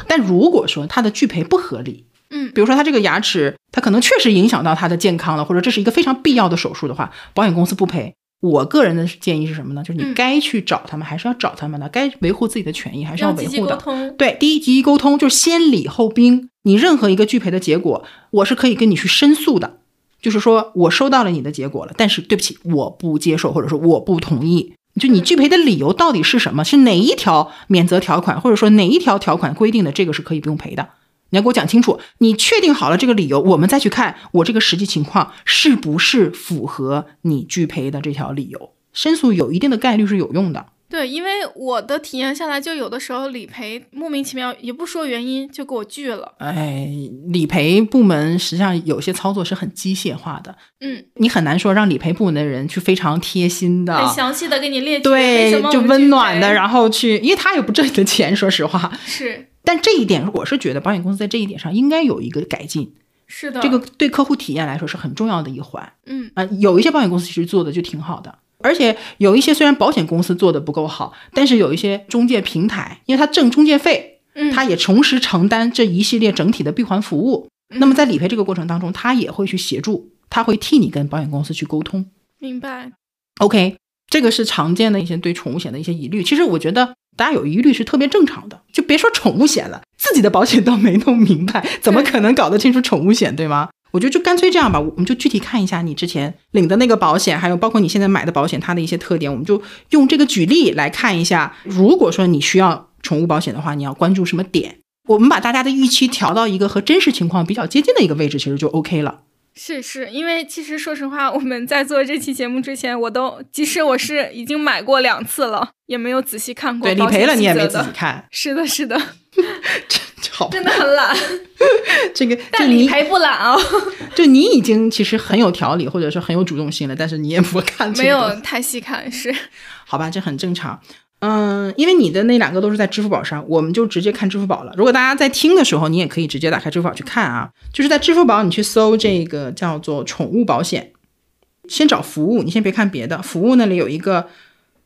S1: 但如果说它的拒赔不合理，
S2: 嗯
S1: 比如说它这个牙齿，它可能确实影响到它的健康了，或者这是一个非常必要的手术的话，保险公司不赔。我个人的建议是什么呢？就是你
S2: 嗯
S1: 该去找他们，还是要找他们的；该维护自己的权益，还是要
S2: 要
S1: 维
S2: 积极
S1: 护
S2: 沟
S1: 的。
S2: 通。
S1: 对，第一，积极沟通就是先礼后兵。你任何一个拒赔的结果，我是可以跟你去申诉的，就是说我收到了你的结果了，但是对不起，我不接受，或者说我不同意。就你拒赔的理由到底是什么？是哪一条免责条款，或者说哪一条条款规定的这个是可以不用赔的？你要给我讲清楚。你确定好了这个理由，我们再去看我这个实际情况是不是符合你拒赔的这条理由。申诉有一定的概率是有用的。
S2: 对，因为我的体验下来，就有的时候理赔莫名其妙也不说原因就给我拒了。
S1: 哎，理赔部门实际上有些操作是很机械化的，
S2: 嗯，
S1: 你很难说让理赔部门的人去非常贴心的
S2: 很，详细的给你列举为什
S1: 啊对
S2: 么，我
S1: 就
S2: 们
S1: 温
S2: 拒
S1: 暖的，
S2: 赔
S1: 然后去，因为他也不挣你的钱，说实话。
S2: 是
S1: 但这一点，我是觉得保险公司在这一点上应该有一个改进，
S2: 是的，
S1: 这个对客户体验来说是很重要的一环。
S2: 嗯
S1: 啊、有一些保险公司其实做的就挺好的，而且有一些虽然保险公司做的不够好，但是有一些中介平台，因为它挣中介费，
S2: 嗯，
S1: 它也同时承担这一系列整体的闭环服务。那
S2: 嗯
S1: 么在理赔这个过程当中，它也会去协助，它会替你跟保险公司去沟通。
S2: 明白。
S1: OK，这个是常见的一些对宠物险的一些疑虑。其实我觉得大家有疑虑是特别正常的，就别说宠物险了，自己的保险都没弄明白，怎么可能搞得清楚宠物险，对吗？我觉得就干脆这样吧，我们就具体看一下你之前领的那个保险，还有包括你现在买的保险，它的一些特点，我们就用这个举例来看一下。如果说你需要宠物保险的话，你要关注什么点？我们把大家的预期调到一个和真实情况比较接近的一个位置，其实就 OK 了。
S2: 是是，因为其实说实话，我们在做这期节目之前，我都即使我是已经买过两次了，也没有仔细看过
S1: 对，理
S2: 保险
S1: 赔了你也
S2: 细
S1: 没
S2: 则
S1: 自
S2: 的
S1: 己看，
S2: 是的，是的，
S1: 这这好，
S2: 真的很 懒，
S1: 这个这
S2: 但
S1: 你
S2: 理赔不懒啊、
S1: 就你已经其实很有条理，或者说很有主动性了，但是你也不看、这个，
S2: 没有太细看，是
S1: 好吧，这很正常。嗯，因为你的那两个都是在支付宝上，我们就直接看支付宝了。如果大家在听的时候，你也可以直接打开支付宝去看啊，就是在支付宝你去搜这个叫做宠物保险，先找服务，你先别看别的，服务那里有一个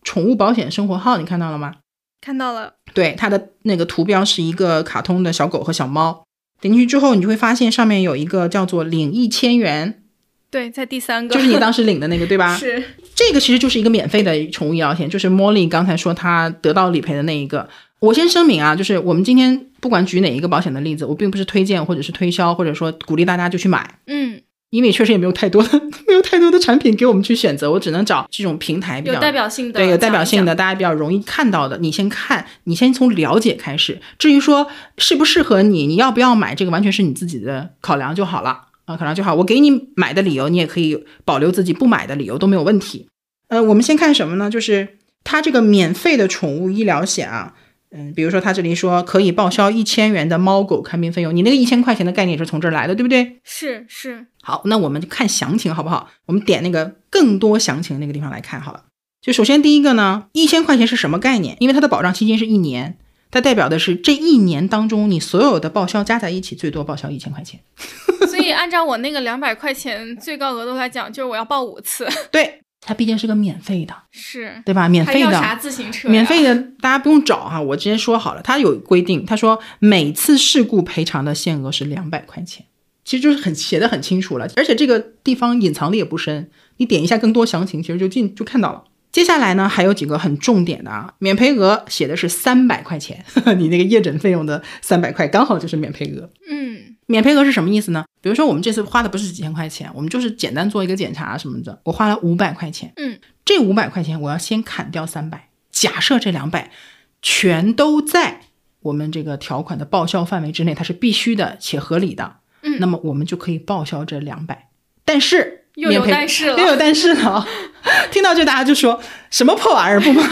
S1: 宠物保险生活号，你看到了吗？
S2: 看到了，
S1: 对，它的那个图标是一个卡通的小狗和小猫。点进去之后，你就会发现上面有一个叫做领一千元，
S2: 对，在第三 个
S1: 就是你当时啊领的那个，对吧？
S2: 是
S1: 这个其实就是一个免费的宠物医疗险，就是 Molly 刚才说她得到理赔的那一个。我先声明啊，就是我们今天不管举哪一个保险的例子，我并不是推荐或者是推销，或者说鼓励大家就去买，
S2: 嗯，
S1: 因为确实也没有太多的没有太多的产品给我们去选择，我只能找这种平台比
S2: 有
S1: 较
S2: 代表性的，
S1: 对有代表性
S2: 的，
S1: 的，大家比较容易看到的，你先看，你先从了解开始。至于说适不适合你，你要不要买，这个完全是你自己的考量就好了啊，考量就好。我给你买的理由，你也可以保留自己不买的理由都没有问题。呃，我们先看什么呢？就是它这个免费的宠物医疗险啊。嗯，比如说它这里说可以报销一千元的猫狗看病费用，你那个一千块钱的概念也是从这儿来的，对不对？
S2: 是是，
S1: 好，那我们就看详情好不好？我们点那个更多详情那个地方来看好了。就首先第一个呢，一千块钱是什么概念？因为它的保障期间是一年，它代表的是这一年当中你所有的报销加在一起最多报销一千块钱。
S2: 所以按照我那个两百块钱最高额度来讲，就是我要报五次，
S1: 对，它毕竟是个免费的，
S2: 是，
S1: 对吧？免
S2: 还
S1: 费
S2: 要
S1: 的，
S2: 啥自行车呀？
S1: 免费的，大家不用找哈、我直接说好了，它有规定，他说每次事故赔偿的限额是两百块钱，其实就是很写的很清楚了，而且这个地方隐藏的也不深，你点一下更多详情，其实就进就看到了。接下来呢，还有几个很重点的啊，免赔额写的是三百块钱， 你那个夜诊费用的三百块刚好就是免赔额。
S2: 嗯，
S1: 免赔额是什么意思呢？比如说我们这次花的不是几千块钱，我们就是简单做一个检查啊什么的，我花了五百块钱，
S2: 嗯，
S1: 这五百块钱我要先砍掉三百，假设这两百全都在我们这个条款的报销范围之内，它是必须的且合理的，
S2: 嗯
S1: 那么我们就可以报销这两百，但是。
S2: 又
S1: 免
S2: 有
S1: 赔
S2: 但是了
S1: 又有但是了。 听到这，大家就说什么破玩 意儿不买？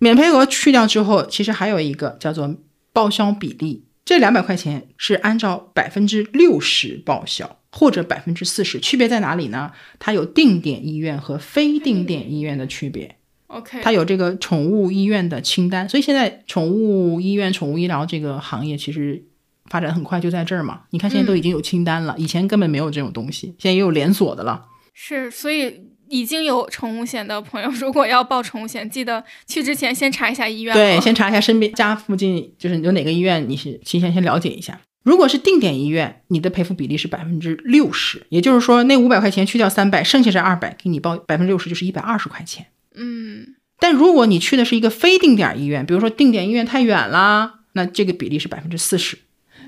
S1: 免赔额去掉之后，其实还有一个叫做报销比例，这两百块钱是按照百分之六十报销，或者百分之四十，区别在哪里呢？它有定点医院和非定点医院的区别，
S2: ，OK，
S1: 它有这个宠物医院的清单，所以现在宠物医院、宠物医疗这个行业其实。发展很快就在这儿嘛，你看现在都已经有清单了，以前根本没有这种东西，现在也有连锁的了。
S2: 是，所以已经有宠物险的朋友， 如果要报宠物险，记得去之前先查一下医院。啊
S1: 对，先查一下身边家附近就是有哪个医院，你是提前先了解一下。如果是定点医院，你的赔付比例是百分之六十，也就是说那五百块钱去掉三百，剩下这二百给你报百分之六十，就是一百二十块钱。
S2: 嗯，
S1: 但如果你去的是一个非定点医院，比如说定点医院太远啦，那这个比例是百分之四十，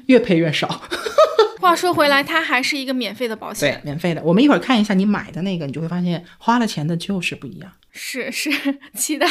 S1: 越赔越少。
S2: 话说回来，它还是一个免费的保险。
S1: 免费的。我们一会儿看一下你买的那个，你就会发现花了钱的就是不一样。
S2: 是是，期待。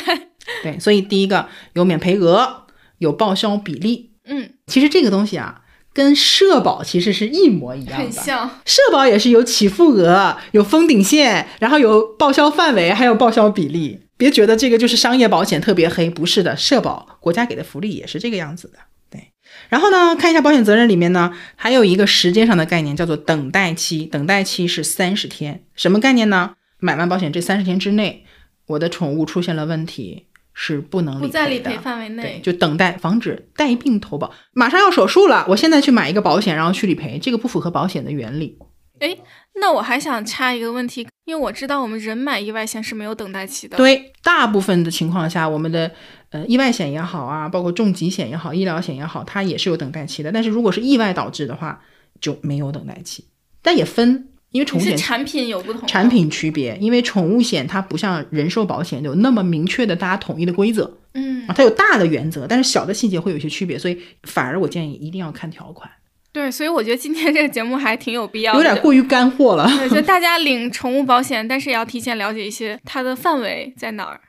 S1: 对，所以第一个有免赔额，有报销比例，
S2: 嗯，
S1: 其实这个东西啊，跟社保其实是一模一样
S2: 很
S1: 的。
S2: 像。
S1: 社保也是有起付额、有封顶线，然后有报销范围，还有报销比例。别觉得这个就是商业保险特别黑，不是的，社保国家给的福利也是这个样子的。对，然后呢，看一下保险责任里面呢，还有一个时间上的概念，叫做等待期。等待期是三十天，什么概念呢？买完保险这三十天之内，我的宠物出现了问题，是不能
S2: 不在理
S1: 的
S2: 赔范围
S1: 对，
S2: 内，
S1: 就等待防止带病投保。马上要手术了，我现在去买一个保险，然后去理赔，这个不符合保险的原理。
S2: 那我还想插一个问题，因为我知道我们人买意外险是没有等待期的。，
S1: 对，大部分的情况下，我们的呃意外险也好啊，包括重疾险也好、医疗险也好，它也是有等待期的。但是如果是意外导致的话，就没有等待期。但也分，因为宠物
S2: 是
S1: 险
S2: 产品有不同。
S1: 产。品区别，因为宠物险它不像人寿保险有那么明确的大家统一的规则，
S2: 嗯
S1: 啊，，它有大的原则，但是小的细节会有一些区别，所以反而我建议一定要看条款，
S2: 对，所以我觉得今天这个节目还挺有必要的。
S1: 有点过于干货了。
S2: 对，就大家领宠物保险，但是也要提前了解一些它的范围在哪儿。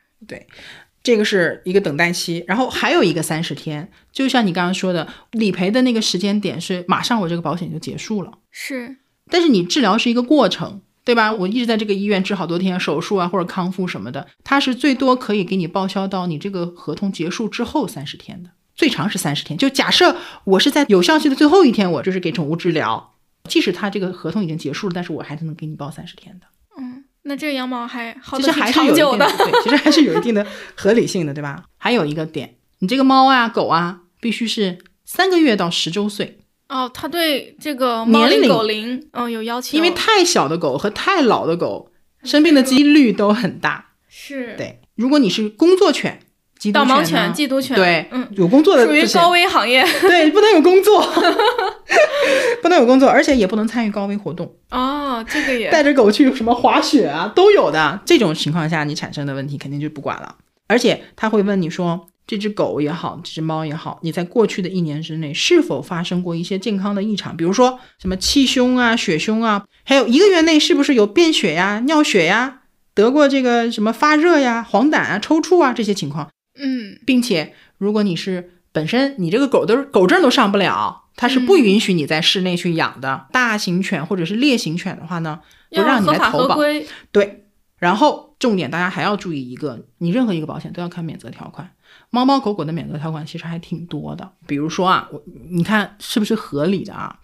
S1: 这个是一个等待期，然后还有一个三十天，就像你刚刚说的，理赔的那个时间点是马上我这个保险就结束了，
S2: 是，
S1: 但是你治疗是一个过程，对吧？我一直在这个医院治好多天，手术啊或者康复什么的，它是最多可以给你报销到你这个合同结束之后三十天的，最长是三十天。就假设我是在有效期的最后一天，我就是给宠物治疗，即使它这个合同已经结束了，但是我还是能给你报三十天的。
S2: 嗯，那这个羊毛还好
S1: 其
S2: 的
S1: 实
S2: 挺
S1: 还是有
S2: 长
S1: 一
S2: 久
S1: 定
S2: 的。
S1: 对，其实还是有一定的合理性的，对吧？还有一个点，你这个猫啊、狗啊，必须是三个月到十周岁，
S2: 哦，他对这个猫
S1: 年
S2: 龄、
S1: 龄
S2: 狗龄，嗯、有要求，
S1: 因为太小的狗和太老的狗生病的几率都很大。
S2: 是
S1: 对，如果你是工作犬、缉
S2: 导
S1: 毒
S2: 盲
S1: 犬
S2: 犬、
S1: 呢，
S2: 缉毒犬，
S1: 对，
S2: 嗯，
S1: 有工作的
S2: 属于
S1: 不行
S2: 高危行业
S1: 对，不能有工作， 不能有工作，而且也不能参与高危活动。
S2: 哦，这个也
S1: 带着狗去什么滑雪啊，都有的。这种情况下，你产生的问题肯定就不管了。而且他会问你说，这只狗也好，这只猫也好，你在过去的一年之内是否发生过一些健康的异常，比如说什么气胸啊、血胸啊，还有一个月内是不是有便血呀、尿血呀，得过这个什么发热呀、黄疸啊、抽搐啊这些情况，
S2: 嗯，
S1: 并且如果你是本身你这个狗都狗证都上不了。它是不
S2: 嗯
S1: 允许你在室内去养的。大型犬或者是烈型犬的话呢，不
S2: 要
S1: 让你
S2: 合
S1: 来
S2: 法
S1: 投
S2: 合
S1: 保。
S2: 规。
S1: 对，然后重点大家还要注意一个，你任何一个保险都要看免责条款。猫猫狗狗的免责条款其实还挺多的，比如说啊，我你看是不是合理的啊？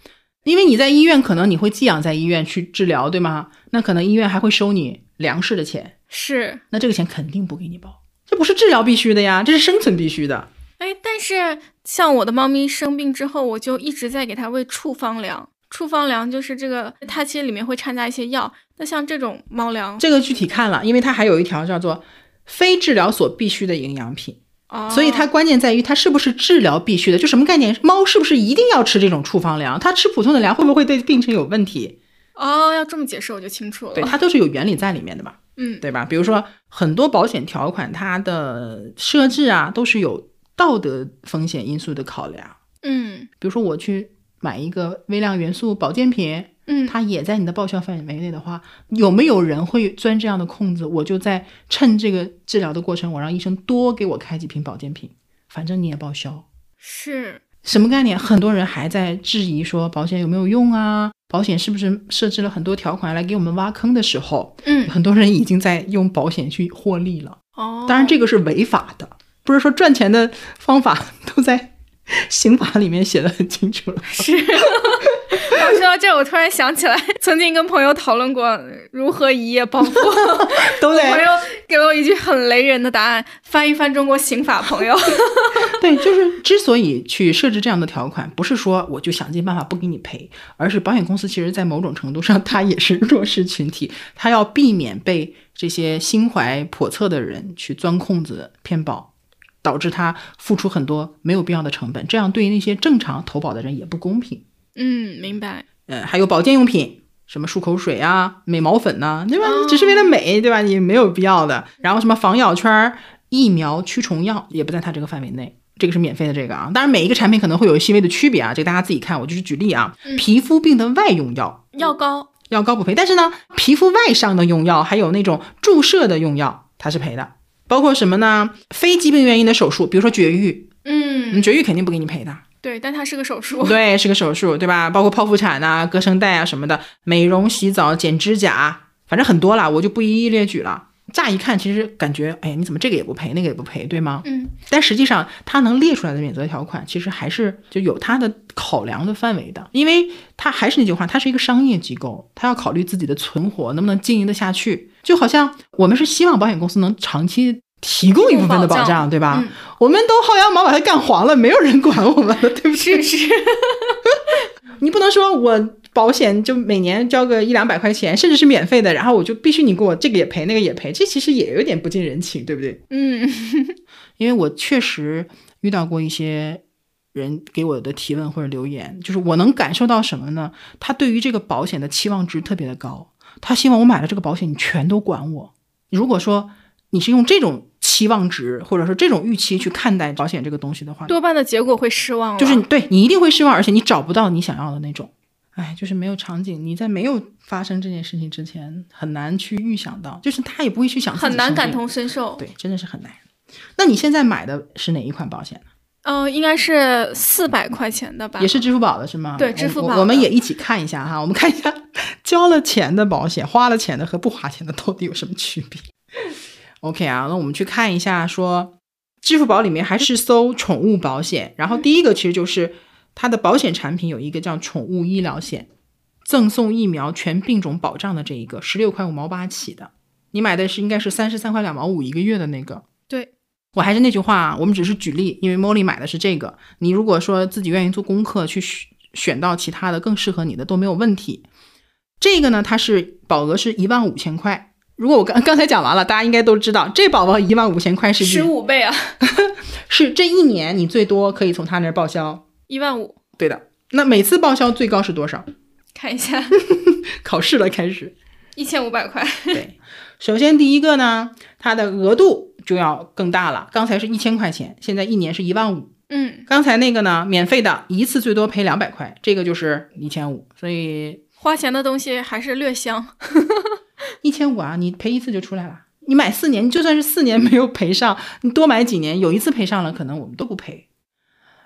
S1: 因为你在医院可能你会寄养在医院去治疗，对吗？那可能医院还会收你粮食的钱，
S2: 是，
S1: 那这个钱肯定不给你报，这不是治疗必须的呀，这是生存必须的。
S2: 哎，但是像我的猫咪生病之后，我就一直在给它喂处方粮。处方粮就是这个，它其实里面会掺杂一些药。那像这种猫粮，
S1: 这个具体看了，因为它还有一条叫做非治疗所必需的营养品，
S2: 哦、
S1: 所以它关键在于它是不是治疗必须的，就什么概念？猫是不是一定要吃这种处方粮？它吃普通的粮会不会对病情有问题？哦
S2: 哦，要这么解释我就清楚了。
S1: 对，它都是有原理在里面的嘛，
S2: 嗯，
S1: 对吧？比如说很多保险条款，它的设置啊都是有道德风险因素的考量。
S2: 嗯
S1: 比如说我去买一个微量元素保健品，
S2: 嗯，
S1: 它也在你的报销范围内的话，有没有人会钻这样的空子？我就在趁这个治疗的过程，我让医生多给我开几瓶保健品，反正你也报销。
S2: 是
S1: 什么概念？很多人还在质疑说保险有没有用啊？保险是不是设置了很多条款来给我们挖坑的时候，
S2: 嗯
S1: 很多人已经在用保险去获利了。
S2: 哦，
S1: 当然，这个是违法的，不是说赚钱的方法 都在刑法里面写的很清楚了。
S2: 是。 我说到这儿，我突然想起来，曾经跟朋友讨论过如何一 夜暴富。
S1: 都在
S2: 朋友给了我一句很雷人的答案，翻一翻中国刑法，朋友。
S1: 对，就是之所以去设置这样的条款，不是说我就想尽办法不给你赔，而是保险公司其实在某种程度上，它也是弱势群体，它要避免被这些心怀叵测的人去钻空子骗保，导致他付出很多没有必要的成本，这样对那些正常投保的人也不公平。
S2: 嗯，明白。
S1: 呃，还有保健用品，什么漱口水啊、美毛粉呐、对吧？
S2: 哦
S1: 你只是为了美，对吧？你没有必要的。然后什么防咬圈儿、疫苗、驱虫药也不在它这个范围内。这个是免费的，这个啊，当然每一个产品可能会有细微的区别啊，这个大家自己看，我就是举例啊。
S2: 嗯
S1: 皮肤病的外用药
S2: 药膏
S1: 药膏不赔，但是呢，皮肤外伤的用药还有那种注射的用药它是赔的，包括什么呢？非疾病原因的手术，比如说绝育，
S2: 嗯，
S1: 嗯，绝育肯定不给你赔的，
S2: 对，但它是个手术。
S1: 对，是个手术，对吧？包括剖腹产呐、割声带啊什么的，美容、洗澡、剪指甲，啊反正很多啦，我就不一一列举了。乍一看，其实感觉，哎呀，你怎么这个也不赔，那个也不赔，对吗？
S2: 嗯，
S1: 但实际上，它能列出来的免责条款，其实还是就有它的考量的范围的，因为它还是那句话，它是一个商业机构，它要考虑自己的存活能不能经营得下去。就好像我们是希望保险公司能长期提供一部分的
S2: 提供保
S1: 保
S2: 障
S1: 障，对吧？
S2: 嗯
S1: 我们都薅羊毛把它干黄了，没有人管我们了，对不对？
S2: 是是，
S1: 你不能说我保险就每年交个一两百块钱，甚至是免费的，然后我就必须你给我这个也赔那个也赔，这其实也有点不近人情，对不对？
S2: 嗯
S1: 因为我确实遇到过一些人给我的提问或者留言，就是我能感受到什么呢？他对于这个保险的期望值特别的高，他希望我买了这个保险，你全都管我。如果说你是用这种期望值或者说这种预期去看待保险这个东西的话，
S2: 多半的结果会失望了。
S1: 就是你对你一定会失望，而且你找不到你想要的那种。哎，就是没有场景，你在没有发生这件事情之前，很难去预想到，就是他也不会去想，
S2: 很难感。同身受。
S1: 对，真的是很难。那你现在买的是哪一款保险呢？
S2: 嗯、应该是四百块钱的吧？
S1: 也是支付宝的是吗？
S2: 对
S1: 我
S2: 支付
S1: 我
S2: 宝
S1: 我。们
S2: 的
S1: 也一起看一下哈，我们看一下交了钱的保险、花了钱的和不花钱的到底有什么区别？OK 啊，那我们去看一下说。支付宝里面还是搜宠物保险，然后第一个其实就是它的保险产品有一个叫宠物医疗险，赠送疫苗全病种保障的这一个，十六块五毛八起的。你买的是应该是三十三块两毛五一个月的那个。
S2: 对，
S1: 我还是那句话啊，我们只是举例，因为 Molly 买的是这个。你如果说自己愿意做功课去选选到其他的更适合你的都没有问题。这个呢，它是保额是一万五千块。如果我刚刚才讲完了，大家应该都知道，这保额一万五千块是
S2: 十五倍啊，
S1: 是这一年你最多可以从他那儿报销。
S2: 一万五。
S1: 对的，那每次报销最高是多少？
S2: 看一下，
S1: 考试了开始。
S2: 一千五百块。
S1: 对，首先第一个呢，它的额度就要更大了。刚才是一千块钱，现在一年是一万五。
S2: 嗯，
S1: 刚才那个呢，免费的，一次最多赔两百块，这个就是一千五。所以
S2: 花钱的东西还是略香。
S1: 一千五啊，你赔一次就出来了。你买四年，你就算是四年没有赔上，你多买几年，有一次赔上了，可能我们都不赔。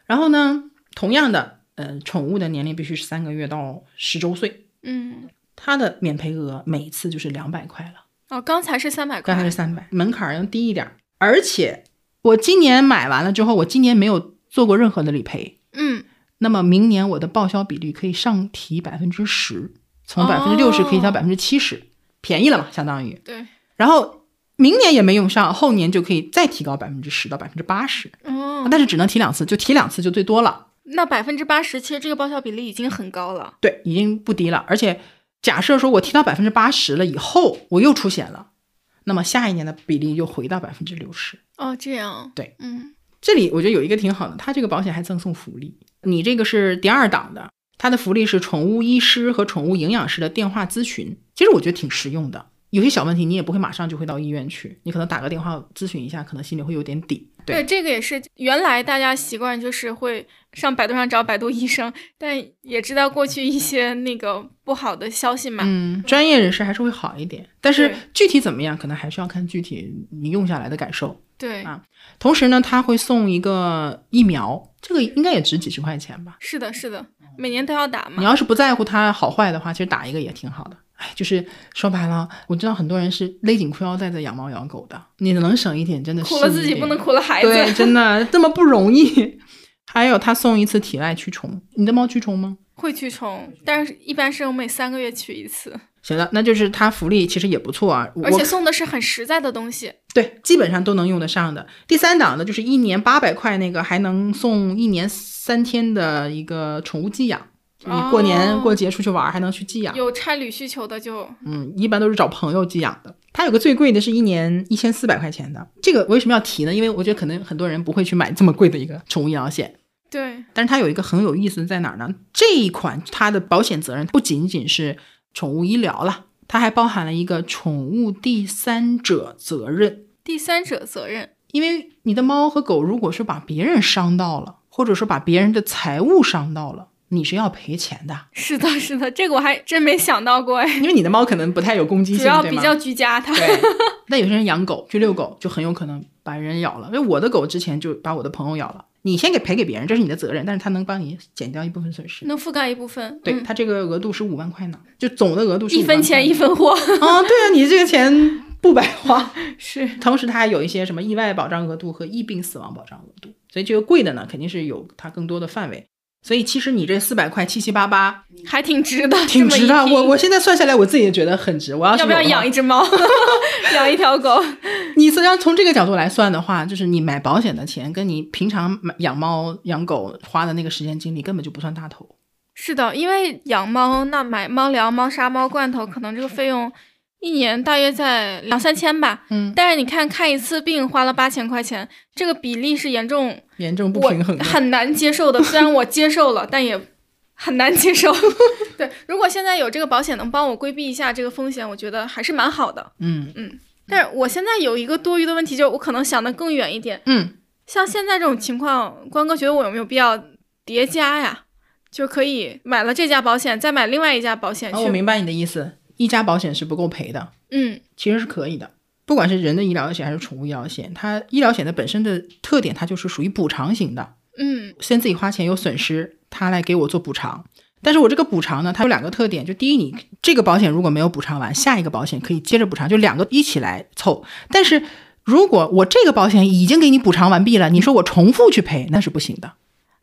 S1: 然后呢，同样的，呃，宠物的年龄必须是三个月到十周岁，
S2: 嗯，
S1: 它的免赔额每一次就是两百块了。
S2: 哦，刚才是三百
S1: 刚才，
S2: 块
S1: 是三百，门槛儿要低一点儿。而且我今年买完了之后，我今年没有做过任何的理赔，
S2: 嗯，
S1: 那么明年我的报销比率可以上提百分之十，从百分之六十可以到百分之七十，便宜了嘛，相当于。
S2: 对，
S1: 然后明年也没用上，后年就可以再提高百分之十到百分之八十，
S2: 哦，
S1: 但是只能提两次，就提两次就最多了。
S2: 那百分之八十，其实这个报销比例已经很高了。
S1: 对，已经不低了。而且假设说我提到百分之八十了以后，我又出险了，那么下一年的比例又回到百分之六十。
S2: 哦，这样，
S1: 对，
S2: 嗯，
S1: 这里我觉得有一个挺好的，它这个保险还赠送福利。你这个是第二档的，它的福利是宠物医师和宠物营养师的电话咨询，其实我觉得挺实用的。有些小问题你也不会马上就会到医院去，你可能打个电话咨询一下，可能心里会有点底。对，
S2: 这个也是原来大家习惯就是会上百度上找百度医生，但也知道过去一些那个不好的消息嘛。
S1: 嗯，专业人士还是会好一点，但是
S2: 对
S1: 具体怎么样，可能还是要看具体你用下来的感受。
S2: 对，
S1: 啊同时呢，他会送一个疫苗，这个应该也值几十块钱吧。
S2: 是的，是的，每年都要打
S1: 你
S2: 嘛。
S1: 要是不在乎它好坏的话，其实打一个也挺好的。哎，就是说白了，我知道很多人是勒紧裤腰带在养猫养狗的，你能省一点真的是
S2: 苦了自己不能苦了孩子。
S1: 对，真 的这么不容易。还有，他送一次体外驱虫，你的猫驱虫吗？
S2: 会驱虫，但是一般是我每三个月取一次，
S1: 行的，那就是它福利其实也不错啊，我
S2: 而且送的是很实在的东西。
S1: 对基本上都能用得上的。第三档呢，就是一年八百块那个，还能送一年三天的一个宠物寄养，就你过年、
S2: 哦
S1: 过节出去玩儿还能去寄养。
S2: 有差旅需求的就
S1: 嗯，一般都是找朋友寄养的。它有个最贵的是一年一千四百块钱的，这个我为什么要提呢？因为我觉得可能很多人不会去买这么贵的一个宠物医疗险。
S2: 对，
S1: 但是它有一个很有意思的在哪儿呢？这一款它的保险责任不仅仅是宠物医疗了，它还包含了一个宠物第三者责任。
S2: 第三者责任。
S1: 因为你的猫和狗如果说把别人伤到了，或者说把别人的财物伤到了，你是要赔钱的。
S2: 是的，是的，这个我还真没想到过哎。
S1: 因为你的猫可能不太有攻击性，
S2: 主要
S1: 对
S2: 比
S1: 吗
S2: 较居家， 它
S1: 对，那有些人养狗去遛狗，就很有可能把人咬了。因为我的狗之前就把我的朋友咬了，你先给赔给别人，这是你的责任，但是它能帮你减掉一部分损失。
S2: 能覆盖一部分。
S1: 对，
S2: 嗯
S1: 它这个额度是五万块呢，就总的额度是
S2: 一分钱一分 货。
S1: 分啊、对啊，你这个钱不白花。
S2: 是，
S1: 同时，它还有一些什么意外保障额度和疫病死亡保障额度，所以这个贵的呢，肯定是有它更多的范围。所以其实你这四百块七七八八
S2: 还挺值的，
S1: 挺值的，
S2: 这么一
S1: 我
S2: 拼
S1: 我现在算下来我自己也觉得很值。我要是
S2: 要不要
S1: 有的话
S2: 养一 只猫， 养一条狗？
S1: 你实际上从这个角度来算的话，就是你买保险的钱跟你平常买养猫养狗花的那个时间精力根本就不算大头。
S2: 是的，因为养猫，那买猫粮、猫砂、猫罐头，可能这个费用一年大约在两三千吧。
S1: 嗯，
S2: 但是你看，看一次病花了八千块钱，这个比例是严重
S1: 严重不
S2: 我
S1: 平衡的。
S2: 很难接受的。虽然我接受了，但也很难接受。 对，如果现在有这个保险能帮我规避一下这个风险，我觉得还是蛮好的。
S1: 嗯
S2: 但是我现在有一个多余的问题，就是我可能想的更远一点。
S1: 嗯，
S2: 像现在这种情况，关哥觉得我有没有必要叠加呀？就可以买了这家保险，再买另外一家保险
S1: 啊，
S2: 去。
S1: 我明白你的意思，一家保险是不够赔的，
S2: 嗯，
S1: 其实是可以的。不管是人的医疗险还是宠物医疗险，它医疗险的本身的特点，它就是属于补偿型的，
S2: 嗯
S1: 先自己花钱有损失，它来给我做补偿。但是我这个补偿呢，它有两个特点，就第一，你这个保险如果没有补偿完，下一个保险可以接着补偿，就两个一起来凑。但是如果我这个保险已经给你补偿完毕了，你说我重复去赔，那是不行的。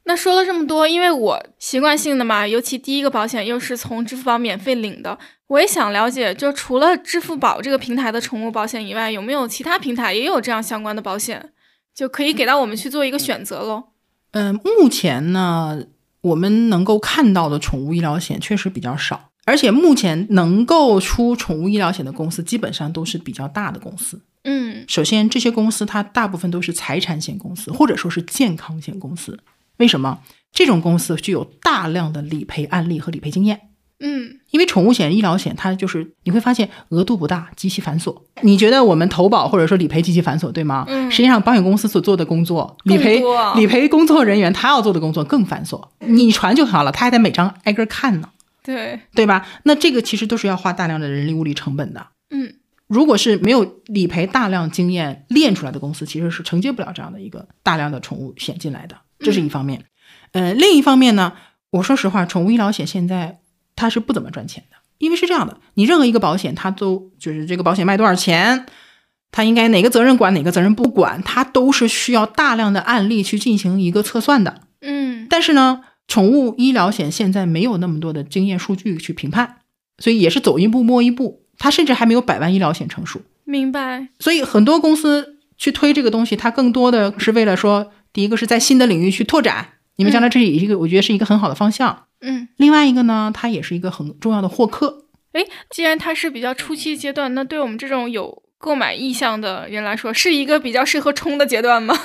S2: 那说了这么多，因为我习惯性的嘛，尤其第一个保险又是从支付宝免费领的，我也想了解，就除了支付宝这个平台的宠物保险以外，有没有其他平台也有这样相关的保险，就可以给到我们去做一个选择喽。
S1: 嗯、目前呢，我们能够看到的宠物医疗险确实比较少，而且目前能够出宠物医疗险的公司，基本上都是比较大的公司。
S2: 嗯
S1: 首先，这些公司它大部分都是财产险公司，或者说是健康险公司。为什么？这种公司具有大量的理赔案例和理赔经验，
S2: 嗯，
S1: 因为宠物险、医疗险，它就是你会发现额度不大，极其繁琐。你觉得我们投保或者说理赔极其繁琐，对吗？
S2: 嗯
S1: 实际上，保险公司所做的工作，理
S2: 更
S1: 赔
S2: 多啊
S1: 理赔工作人员他要做的工作更繁琐。你传就好了，他还得每张挨个看呢，
S2: 对，
S1: 对吧？那这个其实都是要花大量的人力物力成本的。
S2: 嗯
S1: 如果是没有理赔大量经验练出来的公司，其实是承接不了这样的一个大量的宠物险进来的，这是一方面。呃，另一方面呢，我说实话，宠物医疗险现在它是不怎么赚钱的，因为是这样的，你任何一个保险，它都就是这个保险卖多少钱，它应该哪个责任管哪个责任不管，它都是需要大量的案例去进行一个测算的。
S2: 嗯
S1: 但是呢，宠物医疗险现在没有那么多的经验数据去评判，所以也是走一步摸一步。它甚至还没有百万医疗险成熟，
S2: 明白，
S1: 所以很多公司去推这个东西，它更多的是为了说，第一个是在新的领域去拓展，你们将来这里一个，我觉得是一个很好的方向。
S2: 嗯，
S1: 另外一个呢，它也是一个很重要的获客。
S2: 诶，既然它是比较初期阶段，那对我们这种有购买意向的人来说，是一个比较适合冲的阶段吗？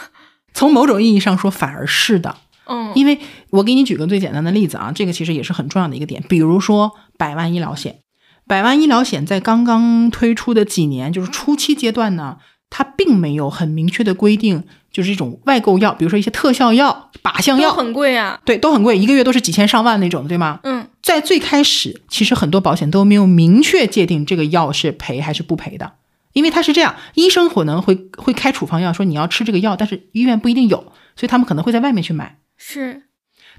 S1: 从某种意义上说，反而是的，
S2: 嗯
S1: 因为我给你举个最简单的例子啊，这个其实也是很重要的一个点，比如说百万医疗险。百万医疗险在刚刚推出的几年，就是初期阶段呢，它并没有很明确的规定，就是这种外购药，比如说一些特效药、靶向
S2: 都
S1: 药，
S2: 很贵啊，
S1: 对，都很贵，一个月都是几千上万那种的，对吗？
S2: 嗯
S1: 在最开始，其实很多保险都没有明确界定这个药是赔还是不赔的，因为它是这样，医生可能会会开处方药说你要吃这个药，但是医院不一定有，所以他们可能会在外面去买。
S2: 是，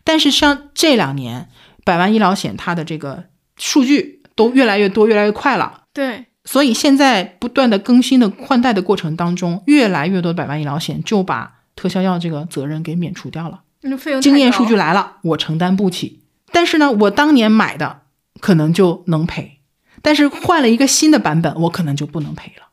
S1: 但是像这两年，百万医疗险它的这个数据都越来越多，越来越快了。
S2: 对，
S1: 所以现在不断的更新的换代的过程当中，越来越多的百万医疗险就把特效药这个责任给免除掉了。
S2: 那费用
S1: 经
S2: 太
S1: 验
S2: 高
S1: 数据来了，我承担不起。但是呢，我当年买的可能就能赔，但是换了一个新的版本，我可能就不能赔了。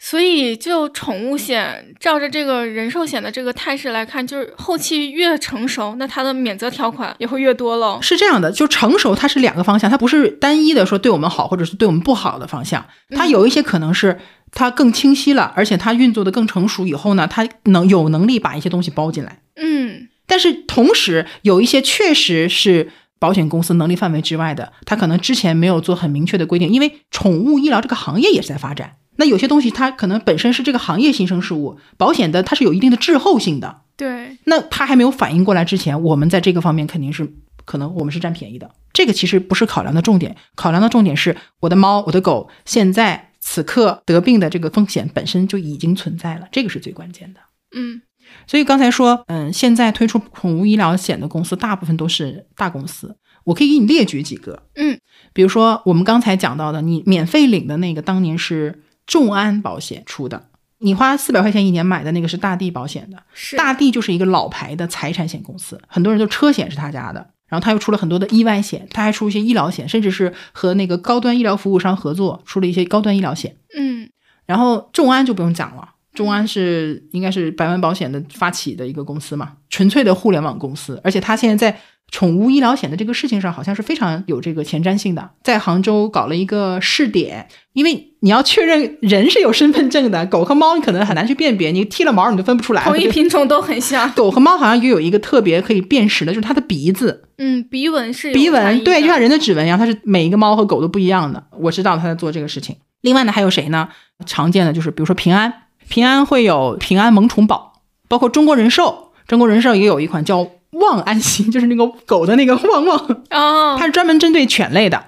S2: 所以，就宠物险照着这个人寿险的这个态势来看，就是后期越成熟，那它的免责条款也会越多喽。
S1: 是这样的，就成熟它是两个方向，它不是单一的说对我们好或者是对我们不好的方向，它
S2: 嗯
S1: 有一些可能是它更清晰了，而且它运作的更成熟以后呢，它能有能力把一些东西包进来。
S2: 嗯，
S1: 但是同时有一些确实是保险公司能力范围之外的，它可能之前没有做很明确的规定，因为宠物医疗这个行业也是在发展。那有些东西它可能本身是这个行业新生事物，保险的它是有一定的滞后性的。
S2: 对，
S1: 那它还没有反应过来之前，我们在这个方面肯定是可能我们是占便宜的。这个其实不是考量的重点，考量的重点是我的猫、我的狗现在此刻得病的这个风险本身就已经存在了，这个是最关键的。
S2: 嗯
S1: 所以刚才说，嗯，现在推出宠物医疗险的公司大部分都是大公司。我可以给你列举几个，
S2: 嗯，
S1: 比如说我们刚才讲到的，你免费领的那个，当年是众安保险出的，你花四百块钱一年买的那个是大地保险的，
S2: 是
S1: 大地就是一个老牌的财产险公司，很多人就车险是他家的，然后他又出了很多的意外险，他还出一些医疗险，甚至是和那个高端医疗服务商合作，出了一些高端医疗险。
S2: 嗯
S1: 然后众安就不用讲了，众安是应该是百万保险的发起的一个公司嘛，纯粹的互联网公司，而且它现在在宠物医疗险的这个事情上，好像是非常有这个前瞻性的，在杭州搞了一个试点，因为你要确认人是有身份证的，狗和猫你可能很难去辨别，你剃了毛你都分不出来。
S2: 同一品种都很像。
S1: 狗和猫好像也有一个特别可以辨识的，就是它的鼻子，
S2: 嗯，鼻纹是有
S1: 鼻
S2: 差异
S1: 纹，对，
S2: 的
S1: 就像人的指纹一样，它是每一个猫和狗都不一样的。我知道它在做这个事情。另外呢，还有谁呢？常见的就是比如说平安，平安会有平安萌宠宝，包括中国人寿，中国人寿也有一款叫望安心， 就是那个狗的那个旺旺，
S2: 哦
S1: 它，是专门针对犬类的。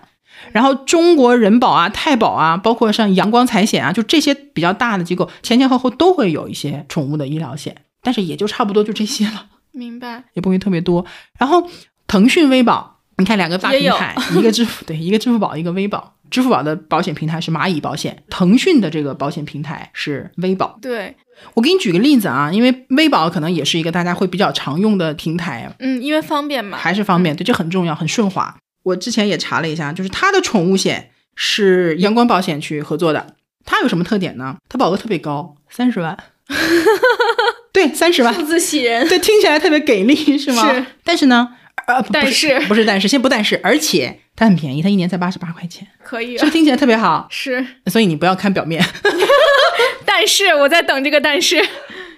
S1: 然后中国人保啊、太保啊，包括像阳光财险啊，就这些比较大的机构，前前后后都会有一些宠物的医疗险，但是也就差不多就这些了。
S2: 明白。
S1: 也不会特别多。然后腾讯微保，你看两个大
S2: 也
S1: 平
S2: 有
S1: 台， 一个支付对，一个支付宝，一个微保。支付宝的保险平台是蚂蚁保险，腾讯的这个保险平台是微保。
S2: 对，
S1: 我给你举个例子啊，因为微保可能也是一个大家会比较常用的平台，
S2: 嗯，因为方便嘛。
S1: 还是方便，对，这很重要，很顺滑。我之前也查了一下，就是它的宠物险是阳光保险去合作的，它有什么特点呢？它保额特别高，三 十万，对，三十万，
S2: 数字喜人。
S1: 对，听起来特别给 力，是吗？
S2: 是。
S1: 但是呢，呃，不
S2: 但
S1: 不
S2: 是
S1: 不是但是，先不但是，而且它很便宜，它一年才八十八块 钱，
S2: 可以
S1: 这
S2: 啊
S1: 个，听起来特别好。
S2: 是，
S1: 所以你不要看表面，
S2: 但是我在等这个但是，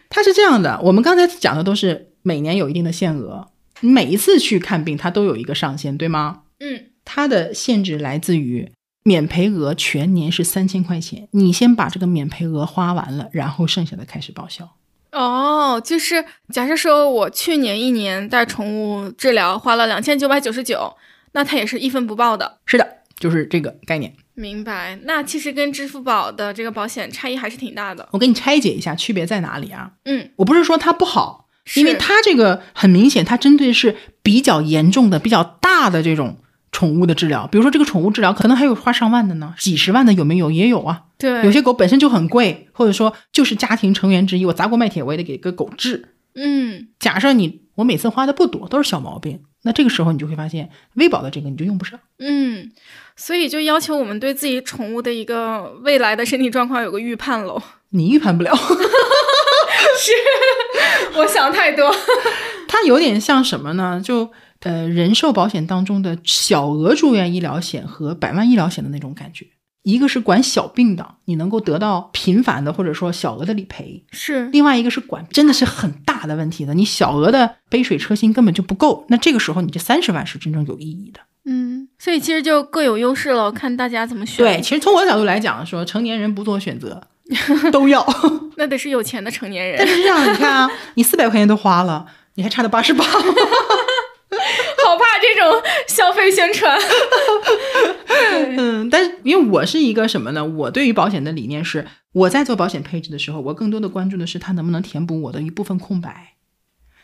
S1: 它是这样的。我们刚才讲的都是每年有一定的限额，你每一次去看病它都有一个上限，对吗？
S2: 嗯，
S1: 它的限制来自于免赔额全年是三千块钱，你先把这个免赔额花完了，然后剩下的开始报销。
S2: 哦，就是假设说我去年一年带宠物治疗花了两千九百九十九，那它也是一分不报的。
S1: 是的，就是这个概念。
S2: 明白。那其实跟支付宝的这个保险差异还是挺大的。
S1: 我给你拆解一下区别在哪里啊？
S2: 嗯，
S1: 我不是说它不好，因为
S2: 是
S1: 它这个很明显，它针对的是比较严重的、比较大的这种宠物的治疗。比如说这个宠物治疗可能还有花上万的呢，几十万的有没有？也有啊。
S2: 对，
S1: 有些狗本身就很贵，或者说就是家庭成员之一，我砸锅卖铁我也得给个狗治。
S2: 嗯，
S1: 假设你我每次花的不多，都是小毛病，那这个时候你就会发现微保的这个你就用不上。
S2: 嗯，所以就要求我们对自己宠物的一个未来的身体状况有个预判喽。
S1: 你预判不了，
S2: 我想太多。
S1: 它有点像什么呢？就呃，人寿保险当中的小额住院医疗险和百万医疗险的那种感觉。一个是管小病的，你能够得到频繁的或者说小额的理赔；
S2: 是，
S1: 另外一个是管真的是很大的问题的，你小额的杯水车薪根本就不够。那这个时候，你这三十万是真正有意义的。
S2: 嗯，所以其实就各有优势了，看大家怎么选。
S1: 对，，其实从我的角度来讲，说成年人不做选择 都要，
S2: 那得是有钱的成年
S1: 但
S2: 人，
S1: 是这样你看啊，你四百块钱都花了，你还差到八十八，
S2: 好怕这种消费宣传。
S1: 嗯，但是因为我是一个什么呢？我对于保险的理念是，我在做保险配置的时候，我更多的关注的是它能不能填补我的一部分空白。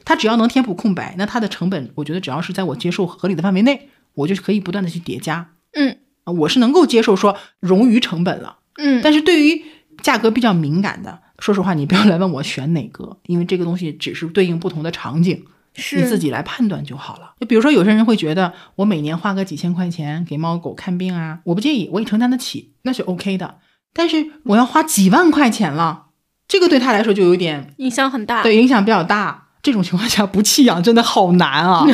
S1: 它只要能填补空白，那它的成本，我觉得只要是在我接受合理的范围内，我就是可以不断的去叠加。
S2: 嗯
S1: 啊，我是能够接受说冗余成本了。
S2: 嗯，
S1: 但是对于价格比较敏感的，说实话，你不要来问我选哪个，因为这个东西只是对应不同的场景，
S2: 是
S1: 你自己来判断就好了。就比如说，有些人会觉得我每年花个几千块钱给猫狗看病啊，我不介意，我也承担得起，那是 OK 的。但是我要花几万块钱了，这个对他来说就有点
S2: 影响很大。，
S1: 对影响比较大。这种情况下不弃养真的好难啊！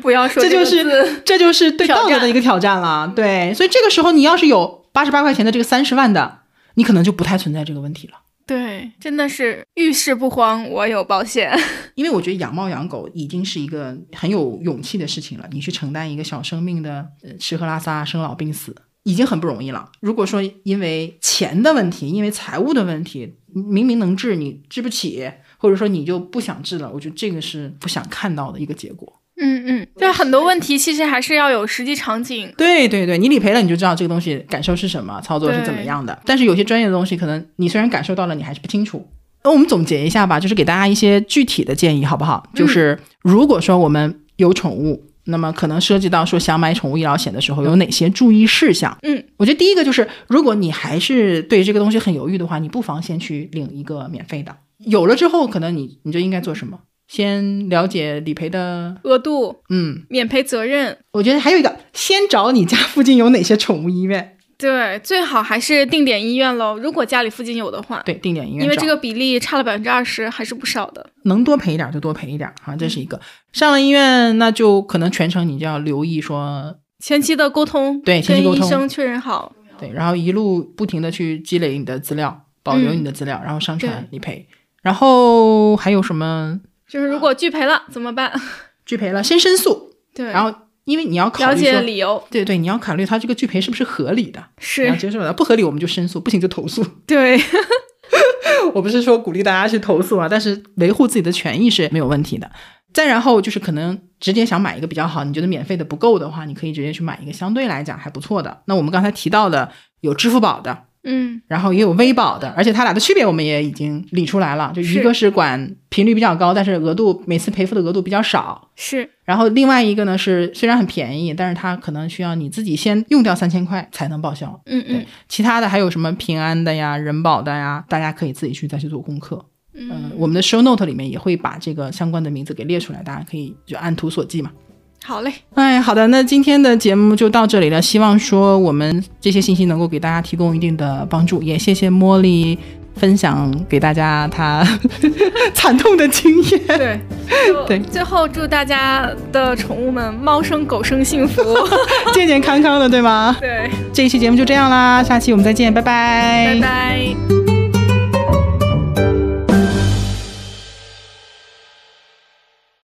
S2: 不要说
S1: 这
S2: 个
S1: 就是
S2: 字
S1: 这就是对道德的一个挑战了。对，所以这个时候你要是有八十八块钱的这个三十万的，你可能就不太存在这个问题了。
S2: 对，真的是遇事不慌，我有保险。
S1: 因为我觉得养猫养狗已经是一个很有勇气的事情了，你去承担一个小生命的呃吃喝拉撒、生老病死，已经很不容易了。如果说因为钱的问题、因为财务的问题，明明能治你治不起，或者说你就不想治了，我觉得这个是不想看到的一个结果。
S2: 嗯嗯，对，很多问题其实还是要有实际场景。
S1: 对对对，你理赔了你就知道这个东西感受是什么，操作是怎么样的。但是有些专业的东西，可能你虽然感受到了，你还是不清楚。那我们总结一下吧，就是给大家一些具体的建议，好不好？就是如果说我们有宠物，那么可能涉及到说想买宠物医疗险的时候有哪些注意事项？
S2: 嗯，
S1: 我觉得第一个就是，如果你还是对这个东西很犹豫的话，你不妨先去领一个免费的。有了之后，可能你你就应该做什么？先了解理赔的，
S2: 额度、
S1: 嗯，
S2: 免赔责任，
S1: 我觉得还有一个，先找你家附近有哪些宠物医院，
S2: 对，最好还是定点医院喽。如果家里附近有的话，
S1: 对，定点医院找，
S2: 因为这个比例差了百分之二十，还是不少的。
S1: 能多赔一点就多赔一点啊，这是一个。上了医院，那就可能全程你就要留意说，
S2: 前期的沟通，
S1: 对前期
S2: 跟
S1: 沟
S2: 医
S1: 通
S2: 生确认好，
S1: 对，然后一路不停的去积累你的资料，保留
S2: 嗯
S1: 你的资料，然后上传理赔，然后还有什么
S2: 就是如果拒赔了怎么办？
S1: 拒赔了，先申诉，
S2: 对，
S1: 然后因为你要考
S2: 了
S1: 虑
S2: 解
S1: 说，
S2: 理由
S1: 对对，你要考虑它这个拒赔是不是合理的，然后
S2: 是
S1: 接受的不合理我们就申诉，不行就投诉。
S2: 对，
S1: 我不是说鼓励大家去投诉啊，但是维护自己的权益是没有问题的。再然后就是可能直接想买一个比较好，你觉得免费的不够的话，你可以直接去买一个相对来讲还不错的。那我们刚才提到的有支付宝的，
S2: 嗯
S1: 然后也有微保的，而且它俩的区别我们也已经理出来了，就一
S2: 是
S1: 个是管频率比较高，但是额度每次赔付的额度比较少。
S2: 是
S1: 然后另外一个呢是虽然很便宜，但是它可能需要你自己先用掉三千块才能报销。
S2: 嗯嗯
S1: 对其他的还有什么平安的呀、人保的呀，大家可以自己去再去做功课。嗯，
S2: 嗯，
S1: 我们的 show note 里面也会把这个相关的名字给列出来，大家可以就按图索骥嘛。
S2: 好嘞，
S1: 哎，好的，那今天的节目就到这里了，希望说我们这些信息能够给大家提供一定的帮助，也谢谢茉莉分享给大家她 惨痛的经验。
S2: 对
S1: 对
S2: 对，最后祝大家的宠物们猫生狗生幸 福，
S1: 健健康康的，对吗？
S2: 对，哎
S1: 这一期节目就这样啦，下期我们再见，拜
S2: 拜拜。